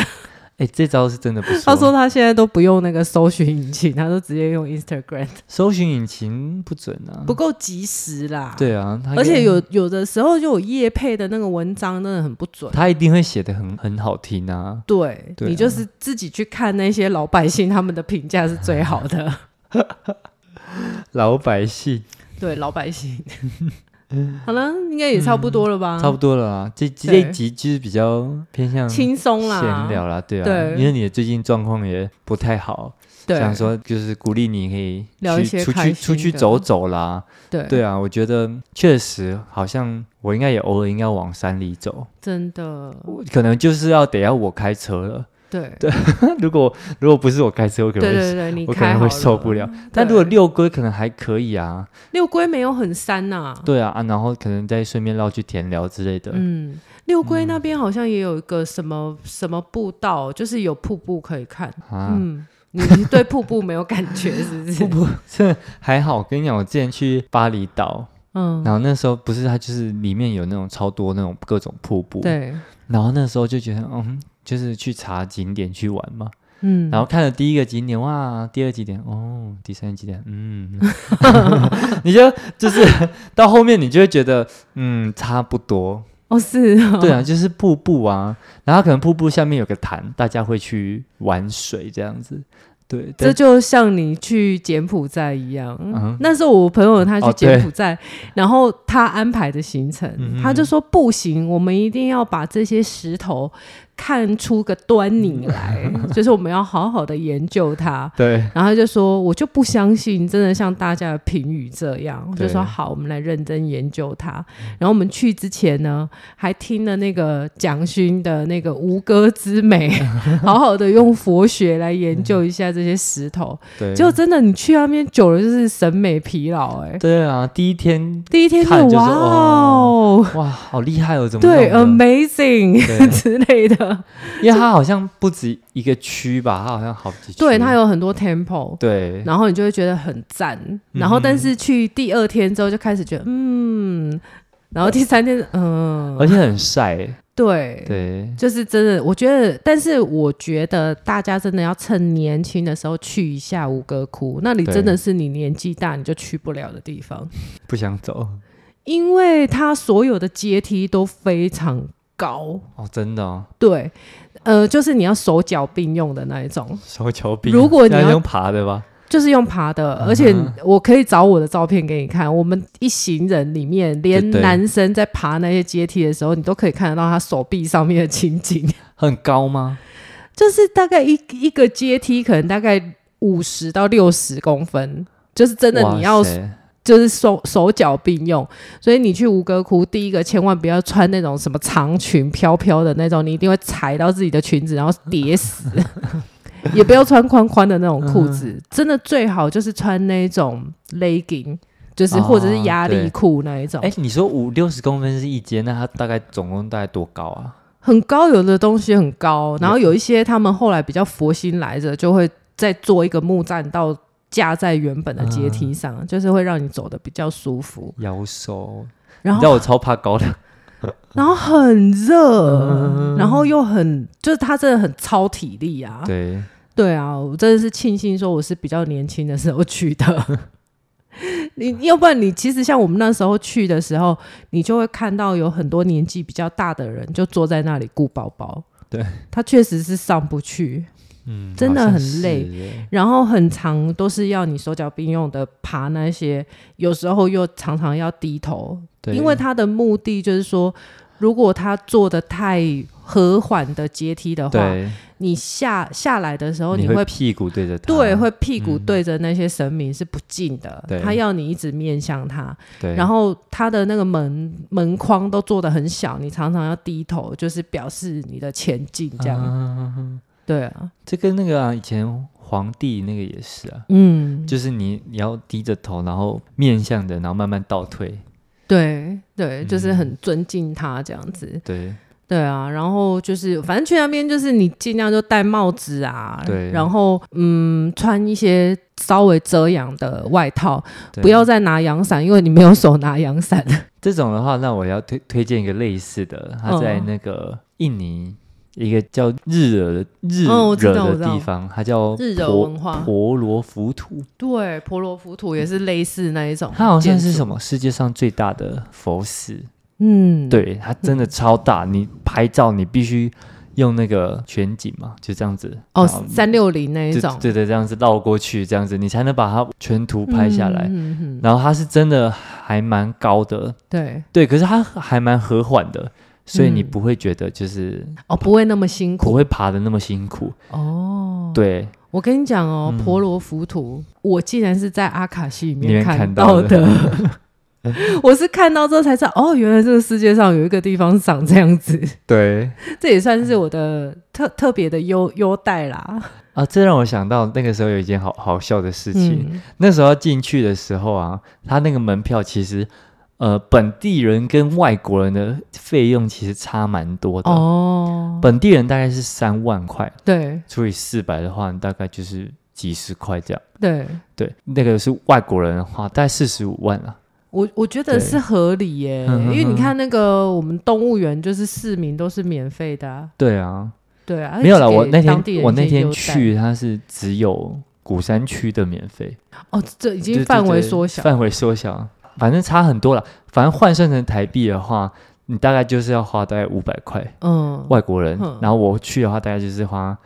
A: 哎，这招是真的不错。
B: 他说他现在都不用那个搜寻引擎，他都直接用 Instagram，
A: 搜寻引擎不准啊，
B: 不够及时啦。，
A: 对啊，它
B: 而且
A: 应
B: 有有的时候就有业配的那个文章真的很不准
A: 该。它一定会写的很很好听啊。
B: 对
A: 对啊
B: 你就是自己去看那些老百姓他们的评价是最好的，
A: [laughs] 老百姓、
B: 对老百
A: [laughs]
B: 姓。好了，应该也差不多了吧？
A: 差不多了啊，这这
B: 嗯对
A: 一集就是比较偏向闲
B: 轻松啦，
A: 聊啦，对啊，
B: 对
A: 因为你的最近状况也不太好，
B: 对，
A: 想说就是鼓励你可以
B: 聊一些
A: 去出
B: 开
A: 去
B: 心
A: 出去
B: 的
A: 走走啦，
B: 对
A: 对啊，我觉得确实好像我应该也偶尔应该往山里走，
B: 真的
A: 可能就是要得要我开车了。 [laughs]
B: 对
A: 如果如果不是我开车，我可能
B: 对
A: 会
B: 对对，你
A: 我可
B: 开
A: 能
B: 好
A: 会受不了。但如果遛龟可能还可以啊，
B: 六龟没有很山呐、
A: 对啊啊，然后可能再顺便绕去田寮之类的。
B: 嗯，六龟那边好像也有一个什么什么步道，就是有瀑布可以看。
A: 啊， [laughs]
B: 嗯，你你对瀑布没有感觉是不是？瀑布，
A: 这还好。我跟你讲，我之前去巴厘岛，
B: 嗯，
A: 然后那时候不是它就是里面有那种超多那种各种瀑布，，
B: 对，
A: 然后那时候就觉得嗯，就是去查景点去玩嘛，
B: 嗯，
A: 然后看了第一个景点，哇，第二景点，哦，第三景点，嗯，
B: [laughs]
A: [laughs] 你就就是到后面你就会觉得，嗯，差不
B: [laughs]
A: 多，
B: 哦是哦，
A: 对啊，就是瀑布啊，然后可能瀑布下面有个潭，大家会去玩水这样子，对，
B: 这
A: 但
B: 就像你去柬埔寨一样。
A: 嗯
B: 那时候我朋友他去
A: 哦
B: 柬埔寨，然后他安排的行程，
A: 嗯哼
B: 他就说不行，我们一定要把这些石头看出个端倪来，
A: 嗯
B: [laughs] 就是我们要好好的研究它。
A: 对，
B: 然后他就说：“我就不相信，真的像大家的评语这样。”我就
A: 对
B: 说：“好，我们来认真研究它。”然后我们去之前呢，还听了那个蒋勋的那个《吴歌之美》， [laughs] 好好的用佛学来研究一下这些石头。
A: 对，
B: 结果真的，你去那边久了就是审美疲劳、哎，
A: 对啊，第一天
B: 第一天
A: 看就是
B: 哇哦，
A: 哇，好厉害哦，怎么
B: 对呃
A: 弄的
B: ，amazing
A: 对
B: [laughs] 之类的，
A: 因为它好像不止一个区吧，它好像好几区，
B: 对，它有很多 temple。
A: 对
B: 然后你就会觉得很赞，然后但
A: 嗯
B: 是去第二天之后就开始觉得嗯，然后第三天嗯，
A: 而且很晒，
B: 对，
A: 对
B: 就是真的，我觉得，但是我觉得大家真的要趁年轻的时候去一下吴哥窟，那里
A: 对
B: 真的是你年纪大你就去不了的地方，
A: 不想走
B: 因为它所有的阶梯都非常高，
A: 哦，真的哦，
B: 对，呃，就是你要手脚并用的那一种，
A: 手脚冰。啊
B: 如果你
A: 要
B: 要
A: 用爬的吧，
B: 就是用爬的，
A: 嗯
B: 而且我可以找我的照片给你看。我们一行人里面，连
A: 对对
B: 男生在爬那些阶梯的时候，你都可以看得到他手臂上面的情景， [laughs]
A: 很高吗？
B: 就是大概一一个阶梯可能大概五十到六十公分，就是真的你要
A: 哇塞
B: 就是手手脚并用。所以你去吴哥窟，第一个千万不要穿那种什么长裙飘飘的那种，你一定会踩到自己的裙子，然后跌死。也不要穿宽宽的那种裤子，真的最好就是穿那种 legging，就是
A: 哦
B: 或者是压力裤那一种。
A: 哎、你说五六十公分是一间，那它大概总共大概多高啊？
B: 很高，有的东西很高，然后有一些他们后来比较佛心来着，就会再做一个木栈道架在原本的阶梯上，就是会让你走的比较舒服。
A: 腰瘦，
B: 然
A: 你
B: 后
A: 知道我超怕高的，
B: 然后很热，然后又很，就是他真的很超体力啊。
A: 嗯对，
B: 对啊，我真的是庆幸说我是比较年轻的时候去的。 [laughs] 你要不然你其实像我们那时候去的时候，你就会看到有很多年纪比较大的人就坐在那里顾宝宝。
A: 对，
B: 他确实是上不去，
A: 嗯，
B: 真的
A: 好像
B: 很累
A: 是耶，
B: 然后很长都是要你手脚并用的爬那些，有时候又常常要低头，
A: 对，
B: 因为他的目的就是说，如果他做的太和缓的阶梯的话，
A: 对，
B: 你下下来的时候你
A: 你
B: 会
A: 会屁股对着它，
B: 对会屁股
A: 嗯
B: 对着那些神明是不敬的
A: 对，
B: 他要你一直面向他，
A: 对，
B: 然后他的那个门门框都做的很小，你常常要低头，就是表示你的前进这样。
A: 啊
B: 对啊，
A: 这跟那个啊，以前皇帝那个也是啊，
B: 嗯，
A: 就是你你要低着头，然后面向着，然后慢慢倒退，
B: 对对，就是
A: 嗯
B: 很尊敬他这样子。
A: 对，
B: 对啊，然后就是反正去那边就是你尽量就戴帽子啊，
A: 对
B: 然后嗯穿一些稍微遮阳的外套，
A: 对
B: 不要再拿阳伞，因为你没有手拿阳伞。 [laughs]
A: 这种的话，那我要推推荐一个类似的，它在
B: 嗯
A: 那个印尼一个叫日惹的日
B: 哦我知
A: 惹
B: 道我
A: 的
B: 知道
A: 地方，它叫
B: 日惹
A: 婆
B: 文化
A: 婆罗浮屠，
B: 对，婆罗浮屠也是类似那一种，
A: 它好像是什么世界上最大的佛寺，
B: 嗯，
A: 对，它真的超大，你拍照你必须。用那个全景嘛，就这样子
B: 哦，
A: 然后
B: 三六零那一
A: 对
B: 种
A: 对对，这样子绕过去，这样子你才能把它全图拍下来。
B: 嗯嗯嗯
A: 然后它是真的还蛮高的，
B: 对，
A: 对，可是它还蛮和缓的，所以你
B: 嗯
A: 不会觉得就是
B: 哦，不会那么辛
A: 不
B: 苦
A: 会爬的那么辛苦。
B: 哦。
A: 对，
B: 我跟你讲哦，
A: 嗯
B: 婆罗浮屠，我竟然是在阿卡西里
A: 里
B: 面
A: 面
B: 看
A: 看到的
B: 的。 [laughs] 我是看到之后才知道，哦，原来这个世界上有一个地方长这样子， [laughs]
A: 对
B: 这也算是我的特特别的优优待啦。
A: 啊，这让我想到那个时候有一件好好笑的事情。
B: 嗯，
A: 那时候进去的时候啊，他那个门票其实呃本地人跟外国人的费用其实差蛮多的。
B: 哦，
A: 本地人大概是三万块，
B: 对
A: 除以四百的话，大概就是几十块这样。
B: 对，
A: 对，那个是外国人的话，大概四十五万啊。
B: 我我觉得
A: 对
B: 是合理耶，
A: 嗯哼
B: 因为你看那个我们动物园，就是市民都是免费的、啊，
A: 对啊，
B: 对啊，
A: 没有啦，
B: 而
A: 我那
B: 且给当地人
A: 天我
B: 一些
A: 那天
B: 优待
A: 去，它是只有鼓山区的免费，
B: 哦，这已
A: 已
B: 经范围缩小，
A: 范围缩小，反正差很多了。反正换算成台币的话，你大概就是要花大概五百块
B: 嗯
A: 外国人
B: 嗯，
A: 然后我去的话，大概就是花。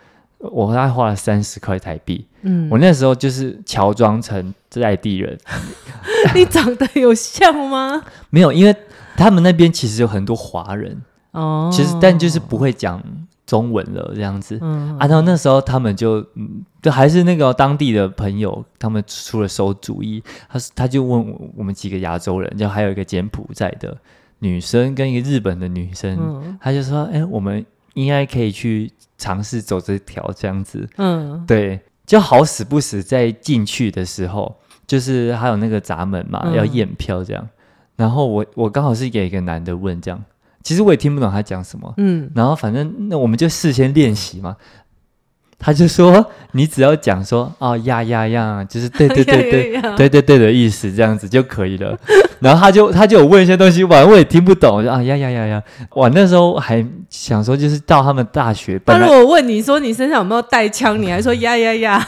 A: 我大概花了三十块台币，
B: 嗯
A: 我，那时候就是乔装成在地人，
B: [laughs] 你长得有像吗？
A: 没有，因为他们那边其实有很多华人，
B: 哦，
A: 其实但就是不会讲中文了这样子。
B: 嗯，
A: 啊，然后那时候他们就，嗯就还是那个当地的朋友，他们出了馊主意，他是他就问我我们几个亚洲人，就还有一个柬埔寨的女生跟一个日本的女生，
B: 嗯
A: 他就说，哎、我们应该可以去尝试走这条这样子，
B: 嗯
A: 对，就好死不死在进去的时候，就是还有那个闸门嘛，
B: 嗯
A: 要验票这样，然后我我刚好是给一个男的问这样，其实我也听不懂他讲什么，
B: 嗯
A: 然后反正那我们就事先练习嘛。他就说， [laughs] 你只要讲说哦呀呀呀，就是对 [laughs] 对
B: [laughs]
A: 对对
B: 呀呀呀
A: 对对对的意思，这样子就可以了。 [laughs] 然后他就他就有问一些东西，反正我也听不懂，我就啊呀呀呀呀。我那时候还想说，就是到他们大学，
B: 那
A: 本
B: 如
A: 来
B: 果我问你说你身上有没有带枪，你还说呀呀
A: [laughs]
B: 呀，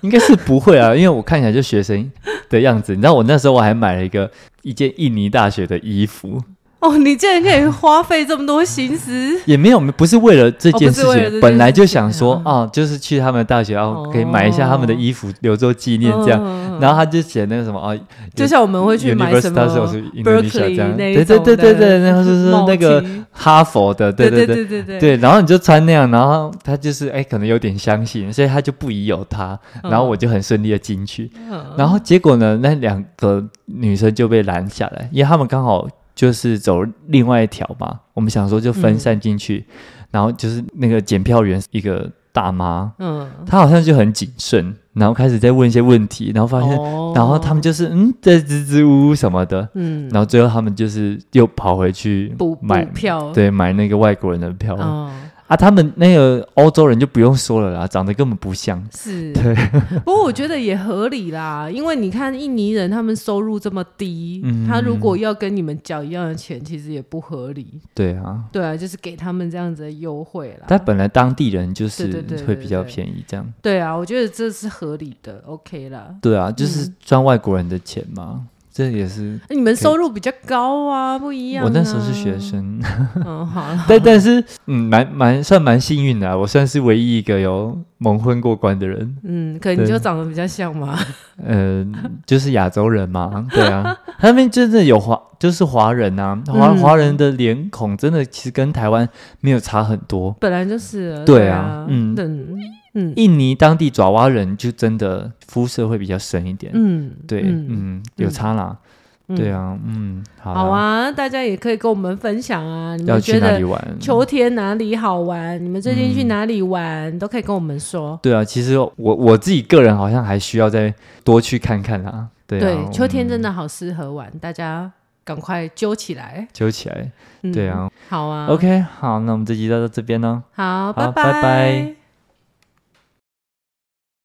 A: 应该是不会啊，因为我看起来就学生的样子。你知道，我那时候我还买了一个一件印尼大学的衣服，
B: 哦，你竟然可以花费这么多心思，
A: 也没有不是为了这
B: 哦
A: 件
B: 不是
A: 事情，
B: 为了这件
A: 本来就
B: 事情
A: 想说
B: 啊
A: 啊，就是去他们的大学，然后可以买一下他们的衣服，留作纪念这样。
B: 嗯
A: 然后他就写那个什么啊，
B: 就像我们会去买什么
A: Universitas of Indonesia 这
B: Berkeley
A: 样，
B: 那一
A: 对对
B: 种
A: 对对
B: 的
A: 对，然
B: [laughs]
A: 后就是
B: 帽
A: 那个
B: 巾
A: 哈佛的，对对
B: 对
A: 对
B: 对对对，
A: 对，然后你就穿那样，然后他就是哎，可能有点相信，所以他就不疑有他，然后我就很顺利的进去，
B: 嗯
A: 然后结果呢，那两个女生就被拦下来，因为他们刚好就是走另外一条嘛，我们想说就分散进去，然后就是那个检票员一个大妈，
B: 嗯，
A: 她好像就很谨慎，然后开始在问一些问题，然后发现，
B: 哦
A: 然后他们就是嗯在支支吾吾什么的，
B: 嗯
A: 然后最后他们就是又跑回去
B: 补
A: 买
B: 补。票，
A: 对，买那个外国人的票、
B: 哦。
A: 啊，他们那个欧洲人就不用说了啦，长得根本不像。
B: 是，
A: 对
B: [laughs] 不过我觉得也合理啦，因为你看印尼人他们收入这么低，
A: 嗯
B: 他如果要跟你们缴一样的钱，其实也不合理。
A: 对啊，
B: 对啊，就是给他们这样子的优惠啦。
A: 但本来当地人就是
B: 对对对对
A: 会比较
B: 对
A: 便宜这样。
B: 对啊，我觉得这是合理的，OK 啦。
A: 对啊，就是赚外国人的钱嘛，这也是。
B: 那你们收入比较高啊，不一样、啊。
A: 我那时候是学，生， [laughs]
B: 嗯，好了，
A: 但但是嗯，蛮蛮算蛮幸运的、啊，我算是唯一一个有蒙混过关的人，
B: 嗯，可能
A: 对
B: 你就长得比较像嘛。
A: 呃，就是亚洲人嘛，对啊，他们真的有华，就是华人啊，华
B: 嗯
A: 华人的脸孔真的其实跟台湾没有差很多，
B: 本来就是了，
A: 对啊
B: 对啊，
A: 嗯
B: 嗯嗯
A: 印尼当地爪哇人就真的肤色会比较深一点，
B: 嗯，
A: 对，嗯，有差啦，
B: 嗯
A: 对，啊，嗯，好啦
B: 好，啊，大家也可以跟我们分享啊，你
A: 要
B: 们
A: 去
B: 觉
A: 哪
B: 得
A: 里玩？
B: 秋天哪里好玩？你们最近去
A: 嗯
B: 哪里玩？都可以跟我们说。
A: 对啊，其实我我自己个人好像还需要再多去看看啦，对啊，
B: 对，秋天
A: 嗯
B: 真的好适合玩，大家赶快揪起来。
A: 揪起来，
B: 嗯
A: 对啊，
B: 好啊
A: OK，好，那我们这集就到这边喽。
B: 好，
A: 好
B: 拜
A: 拜拜